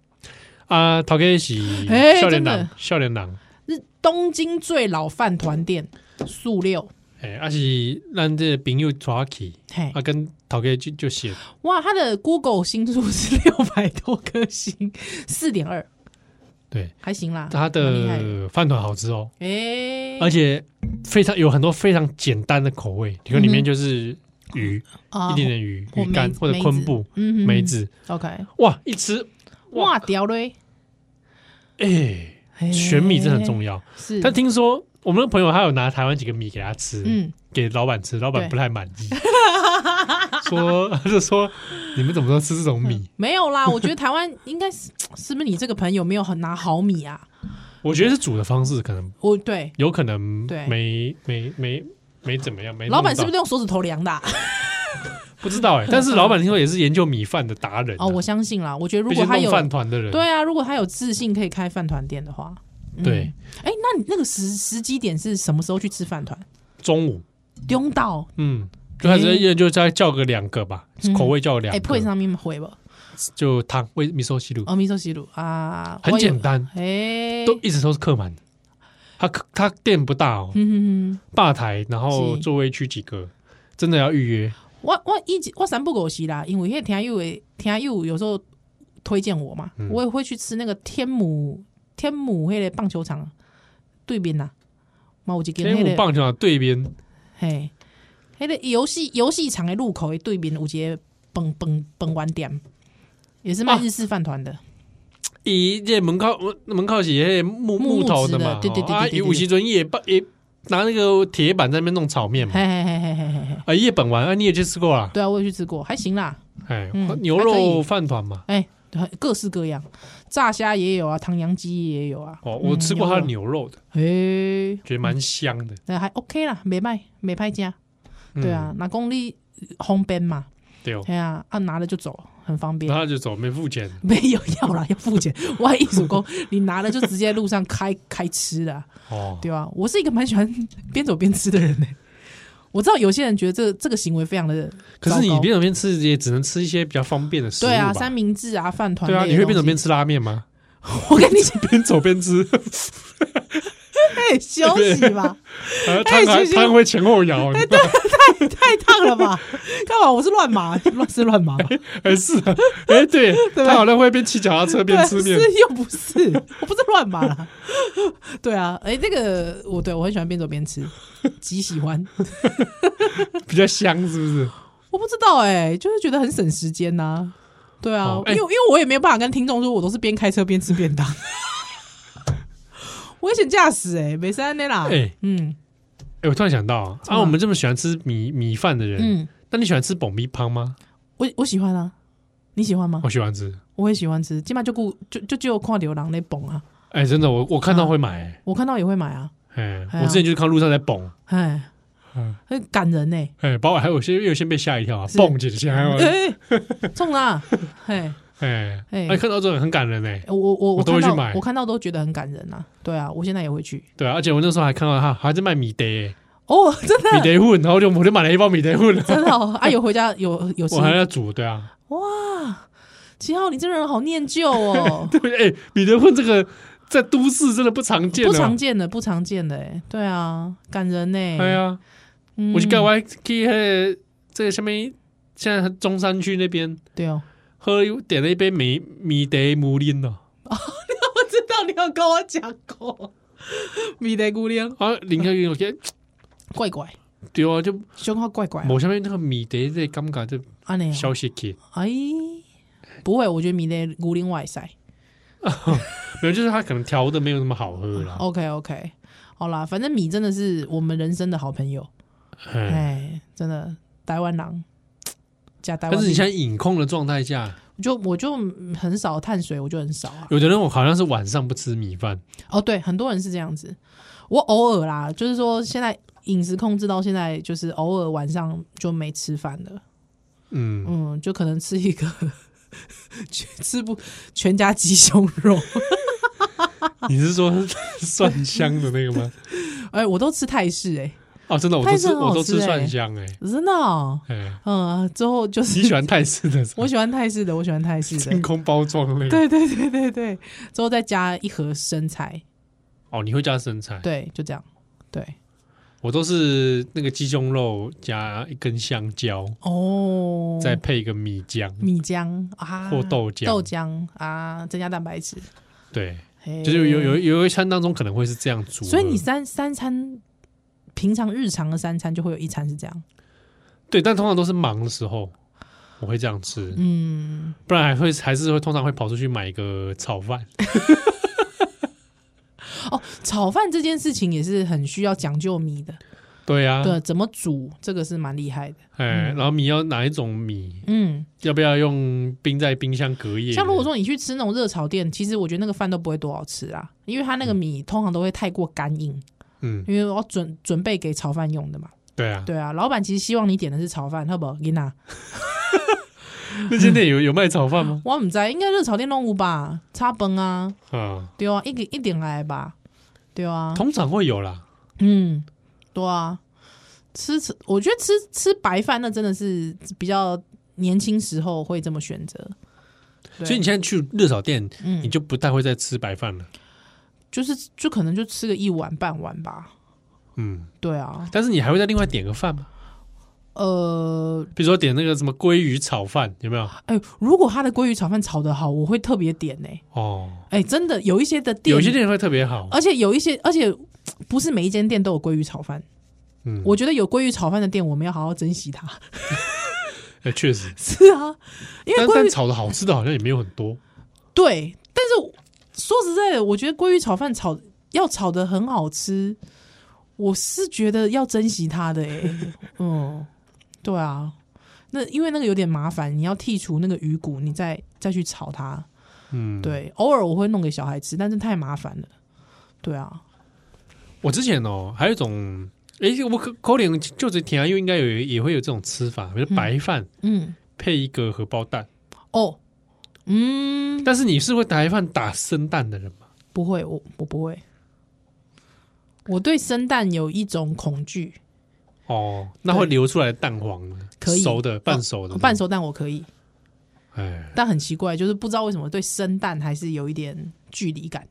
B: 啊，陶克是
C: 哎
B: 笑脸
C: 真的
B: 郎，笑脸郎，
C: 是东京最老饭团店，素六，
B: 哎，啊是让这个朋友抓起，
C: 嘿
B: 啊，跟陶克就就写
C: 哇，他的 Google 星数是六百多颗星，四点二，
B: 对，
C: 还行啦，
B: 它
C: 蛮厉害的。
B: 的饭团好吃哦，
C: 哎、
B: 而且非常有很多非常简单的口味，比如里面就是鱼，
C: 啊
B: 一点点鱼、
C: 嗯或
B: 鱼干
C: 梅
B: 或者昆布、
C: 嗯哼
B: 梅子，
C: ，OK，
B: 哇，一吃
C: 哇，屌嘞，
B: 哎，选米真的很重
C: 要。
B: 要。
C: 是，
B: 但听说我们的朋友他有拿台湾几个米给他吃，
C: 嗯，
B: 给老板吃，老板
C: 对
B: 不太满意， 说 他就说嗯你们怎么都吃这种米？
C: 没 有啦，我觉得台湾应该是是不是你这个朋友没有很拿好米啊？
B: 我觉得是煮的方式可能
C: 我对，
B: 有可能
C: 对
B: 没没没没怎么样，没
C: 老板
B: 弄到
C: 是不是都用手指头量的啊、
B: 不知 道哎、但是老板听说也是研究米饭的达人啊、
C: 哦，我相信啦，我觉得如
B: 毕
C: 果
B: 竟
C: 他
B: 弄
C: 有
B: 饭团的人，
C: 对啊，如果他有自信可以开饭团店的话，嗯
B: 对。
C: 哎、那你那个时时机点是什么时候去吃饭团？
B: 中午
C: 丢到
B: 嗯，就开始
C: 诶
B: 一人就再叫个两个吧，口味叫两
C: 哎，配
B: 个，
C: 上面哦回吧。
B: 就汤味米寿西路
C: 哦，米寿西鲁啊，
B: 很
C: 我以为
B: 简，单，
C: 哎，
B: 都一直都是客满的。他他店不大哦，
C: 嗯哼哼，
B: 吧台，然后
C: 是
B: 座位区几个，真的要预约。
C: 我我一直我三不狗西啦，因为那个听友诶，听友有时候推荐我
B: 嗯
C: 嘛，我也会去吃那个天母天母那个棒球场对面呐，嘛有一间
B: 天
C: 那
B: 母
C: 个
B: 棒球场对边，
C: 嘿，那个游戏游戏场的路口的对面有一个蹦蹦蹦丸店，也是卖
B: 啊
C: 日式饭团的，
B: 咦，这门靠门靠是那个木
C: 木
B: 木头的
C: 木质的
B: 嘛，
C: 对对对
B: 哦啊，
C: 对对
B: 有
C: 对
B: 五十尊也把也拿那个铁板在那边弄炒面嘛，
C: 嘿嘿嘿嘿嘿嘿嘿，
B: 啊，夜本丸啊，你也去吃过啦？
C: 对啊，我也去吃过，还行啦。
B: 哎，
C: 嗯
B: 牛
C: 还可以
B: 肉饭团嘛，
C: 哎、各式各样，炸虾也有啊，唐扬鸡也有啊。
B: 哦，我吃过它的牛肉的，
C: 哎、
B: 觉得蛮香
C: 嗯
B: 的。
C: 那还 OK 啦，没歹没歹食。
B: 嗯
C: 对，啊，那讲你方便嘛，
B: 对哦，
C: 哎呀，啊拿了就走，很方便
B: 然。后他就走，没付钱，
C: 没有要啦，要 付钱。万一主公，你拿了就直接路上开开吃的啊、
B: 哦，
C: 对吧、我是一个蛮喜欢边走边吃的人呢、欸我知道有些人觉得这这个行为非常的
B: 可
C: 糟糕，
B: 是你边走边吃也只能吃一些比较方便的食物吧
C: 对啊，三明治啊，饭团
B: 对啊，
C: 类的
B: 你会边走
C: 东西
B: 边。吃拉面 吗？
C: 我跟你讲，
B: 边走边 吃，
C: 哎、休息 吧，
B: 呃汤还
C: 哎其实
B: 汤会前后摇，你知道吗
C: 太烫了吧？干嘛？我是乱码，乱是乱码吧，
B: 哎是啊，哎对，
C: 对吧
B: 他好像会边骑脚踏车边吃面
C: 对，是又不 是，我不是乱码啦。对啊，哎、那个我对我很喜欢边走 边吃，极喜欢。
B: 比较香是不是？
C: 我不知道哎、就是觉得很省时间呐、对啊，
B: 哦哎
C: 因为因为我也没有办法跟听众说我都是边开车边吃便 当，危险驾驶哎，没三的啦。
B: 哎
C: 嗯
B: 哎，我突然想到啊，
C: 么
B: 啊，我们这么喜欢吃米米饭的人，
C: 嗯，
B: 那你喜欢吃蹦米汤吗？
C: 我我喜欢啊，你喜欢吗？
B: 我喜欢吃，
C: 我也喜欢吃，起码就顾就就只有看流浪那蹦啊，
B: 哎，真的，我我看到会买，哎
C: 我看到也会买啊，
B: 哎，
C: 哎呀
B: 我之前就是看路上在蹦，
C: 哎，
B: 嗯
C: 很感人呢、欸。
B: 哎，把我还有些有些被吓一跳啊，
C: 是
B: 蹦几下，
C: 哎、中啦！哎，
B: 哎
C: 哎
B: 哎，看到这种很感人哎，
C: 我我
B: 我
C: 我
B: 都会
C: 看
B: 去
C: 到
B: 买
C: 我看到都觉得很感人啊。对啊，我现在也会去
B: 对啊，而且我那时候还看到他还在卖米德，哎
C: 哦， 真的
B: 米德混，然后就我就买了一包米德 混，
C: 真的哦。啊，有回家有有吃
B: 我还要煮，对啊，，
C: 哇，七号，你这人好念旧哦
B: 对，哎，米德混这个在都市真的不常见，哦
C: 不常。见的，不常见的，哎，对啊，感人呢。
B: 哎呀，
C: 嗯，
B: 我去干我去那个这个下面，现在中山区那边
C: 对哦，
B: 喝一点了一杯米米德姆林哦，
C: 我知道你有跟我讲过，米德姑娘，
B: 啊，林克云我觉得
C: 怪怪，
B: 对啊，就
C: 胸号怪怪啊，
B: 某下面那个米德这尴尬就
C: 啊那
B: 消息去，
C: 哎，不会，我觉得米德姑娘外赛
B: 没有，就是他可能调的没有那么好喝啦。
C: ，OK OK，好啦，反正米真的是我们人生的好朋友，
B: 哎，
C: 哎，真的台湾狼。加台湾
B: 但
C: 米，
B: 是你现在饮控的状态下，
C: 就我就嗯很少碳水，我就很少啊。
B: 有的人我好像是晚上不吃米饭，
C: 哦，对，很多人是这样子。我偶尔啦，就是说现在饮食控制到现在，就是偶尔晚上就没吃饭了，
B: 嗯，
C: 嗯，就可能吃一个 全吃不全家鸡胸肉，
B: 你是说蒜香的那个 吗？
C: 哎、我都吃泰式、欸，
B: 哦，真的，我都
C: 泰式
B: 吃，
C: 很好
B: 我都吃
C: 吃哎
B: 蒜香，哎，
C: 哎，真的、哦，
B: 哎，
C: 嗯，之后就
B: 你喜
C: 是
B: 欢泰式的？
C: 我喜欢泰式的，我喜欢泰式
B: 真
C: 的，
B: 空包装的那个。
C: 对对对对对，之后再加一盒生菜，
B: 哦，你会加生菜？
C: 对，就这样，对，
B: 我都是那个鸡胸肉加一根香蕉，
C: 哦，
B: 再配一个米浆。
C: 米浆啊，
B: 或豆浆
C: 豆浆啊，增加蛋白质，
B: 对，
C: 嘿
B: 就是有有有一餐当中可能会是这样煮的。
C: 所以你三三餐，平常日常的三餐就会有一餐是这样。
B: 对，但通常都是忙的时候我会这样吃，
C: 嗯，
B: 不然还会还是会通常会跑出去买一个炒饭。
C: 哦，炒饭这件事情也是很需要讲究米的，
B: 对啊，
C: 对，嗯怎么煮这个是蛮厉害的。
B: 哎，然后米要哪一种米？
C: 嗯，
B: 要不要用冰在冰箱隔夜？
C: 像如果说你去吃那种热炒店，其实我觉得那个饭都不会多好吃啊，因为它那个米通常都会太过干硬，
B: 嗯，
C: 因为我准准备给炒饭用的嘛。
B: 对啊，
C: 对啊，老板其实希望你点的是炒饭，好不好？你娜，
B: 那间店有有卖炒饭吗？
C: 我唔知道，应该热炒店弄有吧，炒饭啊，
B: 啊，
C: 对啊，一个一点来吧，对啊。
B: 通常会有啦。
C: 嗯，对啊，吃吃，我觉得吃吃白饭那真的是比较年轻时候会这么选择。对
B: 所以你现在去热炒店，
C: 嗯
B: 你就不太会再吃白饭了。
C: 就是就可能就吃个一碗半碗吧。
B: 嗯，
C: 对啊，
B: 但是你还会再另外点个饭吗？
C: 呃，
B: 比如说点那个什么鲑鱼炒饭，有没有？
C: 哎、如果他的鲑鱼炒饭炒得好，我会特别点呢、
B: 哦，
C: 哎、真的有一些的店，呃
B: 有些，店会特别好。
C: 而且有一些，而且不是每一间店都有鲑鱼炒饭。
B: 嗯，
C: 我觉得有鲑鱼炒饭的店，我们要好好珍惜它。
B: 哎确实，
C: 是啊，因为
B: 但
C: 鲑
B: 但
C: 鱼
B: 炒的好吃的好像也没有很多。
C: 对，但是说实在的，我觉得鲑鱼炒饭炒要炒的很好吃，我是觉得要珍惜它的哎、 嗯，对啊，那因为那个有点麻烦，你要剔除那个鱼骨，你再再去炒它。
B: 嗯，，
C: 对，偶尔我会弄给小孩吃，但是太麻烦了。对啊，
B: 我之前哦，还有一种，哎，我可可能就是甜啊，又应该有也会有这种吃法，比如白饭
C: 嗯，
B: 配一个荷包蛋。
C: 哦，嗯，
B: 但是你是会打一饭打生蛋的人吗？
C: 不会，我我不会。我对生蛋有一种恐惧，
B: 哦，那会
C: 对
B: 流出来的蛋黄呢？
C: 可以
B: 熟的、半熟的、
C: 哦半。熟蛋我可以，
B: 哎，
C: 但很奇怪，就是不知道为什么对生蛋还是有一点距离感。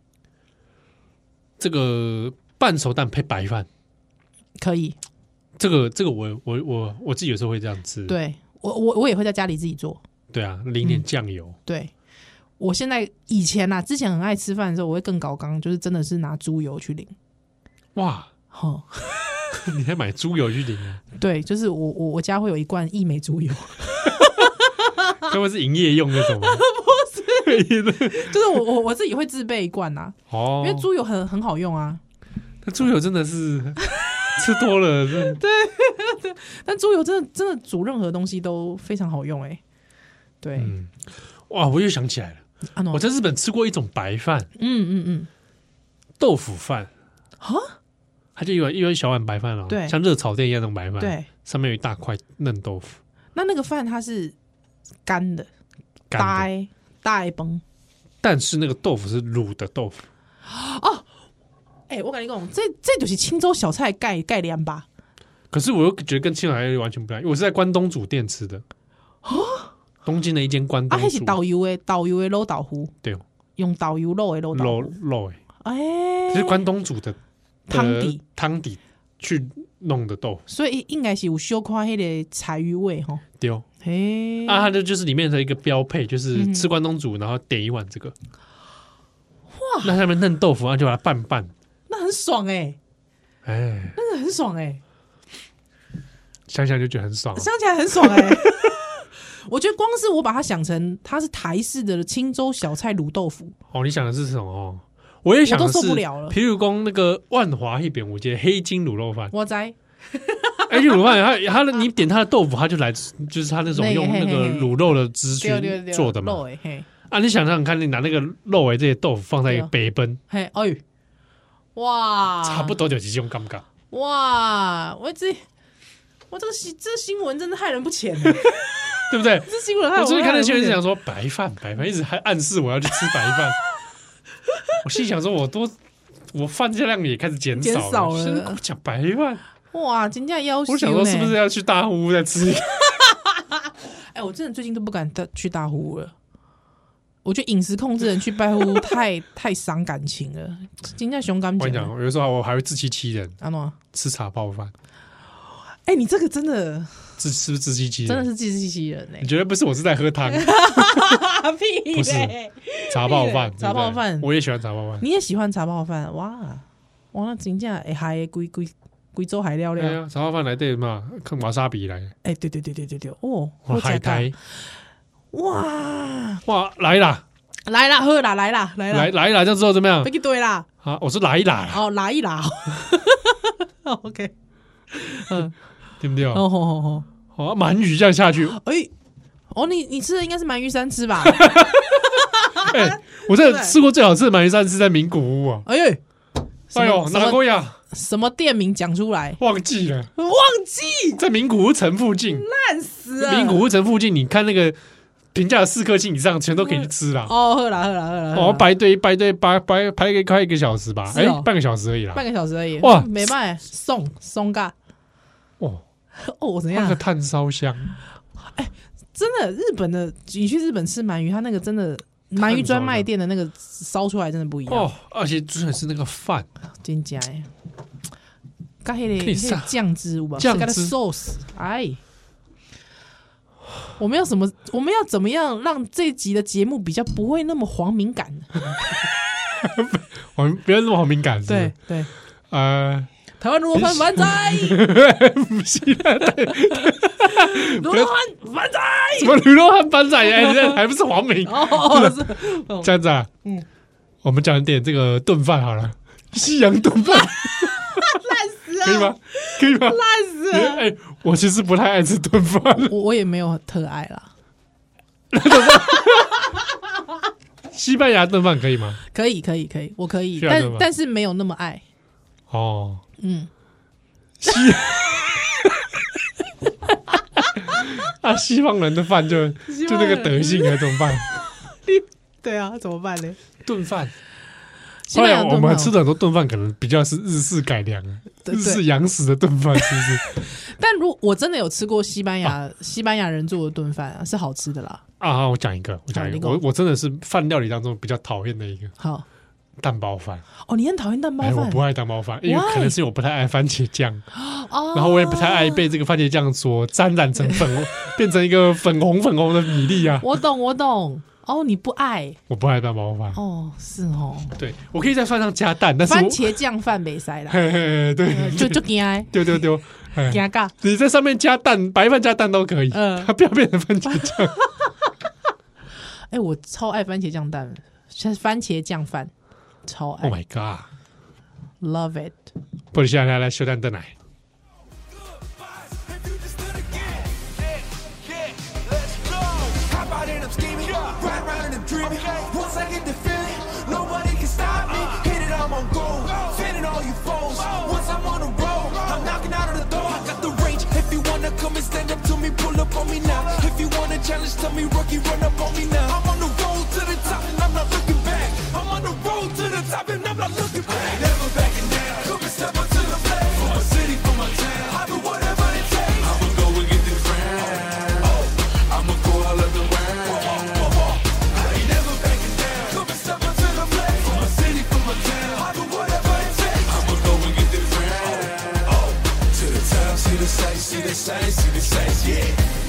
B: 这个半熟蛋配白饭，
C: 可以，
B: 这个这个我我我我自己有时候会这样吃。
C: 对嗯我我我也会在家里自己做。
B: 对啊，淋点酱油。
C: 对我现在以前啊，之前很爱吃饭的时候，我会更搞刚，就是真的是拿猪油去淋。
B: 哇，
C: 哈，
B: 你还买猪油去淋 啊？
C: 对，就是我我我家会有一罐益 美猪油，
B: 该不会是营业用那 种吧？不是，
C: 啊就是我我我自己会自备一罐啊，
B: 哦
C: 因，为猪油很很好用啊。
B: 那猪油真的是 吃多了，真的
C: 但猪油真的真的煮任何东西都非常好用哎、对，
B: 嗯哇，我又想起来了，
C: 啊喏
B: 我在日本吃过一种白饭，
C: 嗯嗯嗯，
B: 豆腐饭啊，它就一碗一碗小碗白饭哦，
C: 对
B: 像热炒店一样那种白饭，，
C: 对，
B: 上面有一大块嫩豆腐，
C: 那那个饭它是干的，
B: 干的，
C: 呆呆崩。
B: 但是那个豆腐是卤的豆腐，
C: 哎、我跟你讲，这这就是青州小菜概概念吧？
B: 可是我又觉得跟青海料理完全不一样，因为我是在关东煮店吃的东京的一间关
C: 啊，
B: 东
C: 还是
B: 煮
C: 导游的导游的卤豆腐，
B: 对哦，
C: 用导游肉的卤豆
B: 肉
C: 腐，
B: 肉哎，
C: 哎、
B: 就是关呃东煮的
C: 汤
B: 的
C: 底
B: 汤底去弄的豆腐
C: 所以应该是有小看迄个柴鱼味吼。
B: 丢。对哦
C: 嘿、
B: 啊，它的就是里面的一个标配，
C: 嗯
B: 就是吃关东煮，然后点一碗这个。哇！那上面嫩豆腐，然后就把它拌拌。
C: 那很爽哎、
B: 哎，
C: 那很爽哎、
B: 想想就觉得很爽哦。
C: 想起来很爽哎、 我觉得光是我把它想成它是台式的青州小菜卤豆腐，
B: 哦，你想的是什么？哦，我也想的
C: 我都
B: 是
C: 受不了了，
B: 譬如讲那个万华一边，我记得黑金卤肉饭
C: 我在
B: 黑金卤肉哎饭，它它的你点它的豆腐，它就来就是它那种
C: 那
B: 用
C: 嘿
B: 那个
C: 嘿嘿
B: 卤肉的汁去
C: 对对对
B: 做的
C: 肉
B: 嘛。
C: 哎嘿
B: 啊，你想想看，你拿那个肉哎尾这些豆腐放在一个北奔，
C: 嘿哎呦，哇，
B: 差不多就是这种感
C: 啊
B: 觉。
C: 哇，我这我这个新这新闻真的害人不浅欸，
B: 对不对？
C: 这新闻害
B: 我最近看到新闻是
C: 讲
B: 讲说白饭，白饭一直还暗示我要去吃白 饭。我心想说，我多我饭量也开始减少
C: 减少了
B: 现在跟我讲白饭，
C: 哇，金价要求
B: 我想说是不是？要去大屋再吃？
C: 欸哎，我真的最近都不敢大去大呼了。我觉得饮食控制人去拜 呼太太伤感情了，金价熊感
B: 我跟
C: 情
B: 你讲，
C: 了。
B: 有的时候我还会自欺欺人，
C: 阿诺，
B: 吃茶泡饭，
C: 哎，你这个真的
B: 自是不是自欺欺人？
C: 真的是自欺欺 人哎
B: 你，绝对不是我是在喝汤
C: 啊屁
B: 不是
C: 嘞！
B: 茶泡饭，
C: 屁嘞
B: 对不对
C: 茶泡饭
B: 我也喜欢茶泡饭。
C: 你也喜欢茶泡饭哇？哇，那金价哎嗨，贵贵贵州海料
B: 对啊
C: 料，
B: 哎呀，茶泡饭来对嘛，看瓦萨比来，
C: 哎，对对对对对对，哦，
B: 哇
C: 我
B: 海
C: 吃到
B: 苔，
C: 哇，
B: 哇来啦，
C: 来啦，喝啦，来啦，来啦，
B: 来来啦，这样之后怎么样
C: 别去堆啦，
B: 啊？我说来啦，
C: 哦，来一 啦，OK，
B: 对不对？
C: 哦吼吼吼，
B: 哦，鳗鱼这样下去，
C: 哎，哦，你你吃的应该是鳗鱼三吃 吧？
B: 哎，我真的
C: 对
B: 吃过最好吃的鳗鱼扇是在名古屋啊！
C: 哎呦，什么
B: 哎呦，
C: 什
B: 哪
C: 么
B: 个呀？
C: 什么店名讲出来？
B: 忘记了，
C: 忘记
B: 在名古屋城附近，
C: 烂死了，
B: 名古屋城附近，你看那个评价四颗星以上，全都可以去吃啦。
C: 哦，喝啦喝啦喝啦，喝
B: 哦，
C: 啦
B: 排队排队排排排个快一个小时吧，
C: 是
B: 哎
C: 哦，
B: 半个小时而已啦
C: 半。个小时而已，
B: 哇
C: 没卖，送送嘎，
B: 哦，
C: 哦，怎
B: 那
C: 样
B: 个？炭烧香，
C: 真的，日本的，你去日本吃鳗鱼，它那个真的。鳗鱼专卖店的那个烧出来真的不一样
B: 哦，而且主要是那个饭，
C: 真假诶，加迄
B: 可
C: 个
B: 以
C: 迄
B: 撒
C: 个酱汁有吧，
B: 酱
C: 是它的
B: 汁
C: sauce，哎，我们要什么？我们要怎么样让这集的节目比较不会那么黄敏感呢？
B: 我们不要那么好敏感，是不是
C: 对，对，
B: 呃，
C: 台湾如何翻万 载，
B: 不是啦，
C: 如何翻万载？
B: 什么驴肉汉班长， 哎，这还不是黄明，
C: 哦，是
B: 这样子啊，嗯，我们讲点这个炖饭好了， 西洋炖 饭可以吗？可以吗？
C: 烂死
B: 哎、
C: 了！
B: 我其实不太爱吃炖饭，
C: 我我也没有特爱啦，
B: 西班牙炖饭可以吗？
C: 可以可以可以，我可以，
B: 是啊
C: 但
B: 对吧
C: 但是没有那么爱。
B: 哦，
C: 嗯，
B: 西， 啊，西方人的饭就
C: 西
B: 就
C: 方
B: 那
C: 人
B: 个德性啊，怎么办？
C: 对啊，怎么办呢？
B: 炖饭，
C: 西
B: 后
C: 班
B: 来
C: 牙
B: 我
C: 炖
B: 们
C: 饭
B: 吃的很多炖饭可能比较是日式改良啊，
C: 对
B: 日
C: 对
B: 式洋食的炖饭是不 是
C: 但如我真的有吃过西班牙西班牙人做的炖饭啊，是好吃的啦。
B: 啊？我讲一个，我讲一
C: 啊好你
B: 个，
C: 讲
B: 我我真的是饭料理当中比较讨厌的一个
C: 好
B: 蛋包饭，
C: 哦，你很讨厌蛋包
B: 哎，我
C: 饭
B: 不爱蛋包饭，因为
C: Why？
B: 可能是因为我不太爱番茄酱，
C: 哦，
B: 然后我也不太爱被这个番茄酱所沾染成粉 红，变成一个粉红粉红的米粒啊，
C: 我懂我懂哦，你不爱
B: 我不爱蛋包饭。
C: 哦，是哦，
B: 对，我可以在饭上加蛋，但是我
C: 番茄酱饭没塞 啦，
B: 嘿嘿嘿，对，
C: 就就惊哎，
B: 丢丢丢，哎
C: 惊尬。
B: 你在上面加蛋，白饭加蛋都可以，
C: 嗯
B: 它不要变成番茄 酱。
C: 哎、我超爱番茄酱蛋，是番茄酱饭，超爱、
B: Oh my god！
C: love it。
B: 不如现在来来修蛋蛋奶，
D: If you just did again, yeah, yeah, let's go. Hop out and I'm scheming, ride round and I'm dreaming. Once I get the feeling, nobody can stop me. Hit it, I'm on goal, fitting all you foes. Once I'm on the road, I'm knocking out of the door. I got the range. If you wanna come and stand up to me, pull up on me now. If you wanna challenge, tell me rookie, run up on me now. I'm on the road to the top and I'm not looking back. I'm on the road to the top and I'm not looking back. Never backing down. Come and step up to the plate. For my city, for my town. I do whatever it takes. I'ma go and get this round. Oh, I'ma go all of the round. I ain't never backing down. Come and step up to the plate. For my city, for my town. I do whatever it takes. I'ma go and get this round. Oh, to the top, see the sights, see the sights, see the sights, yeah.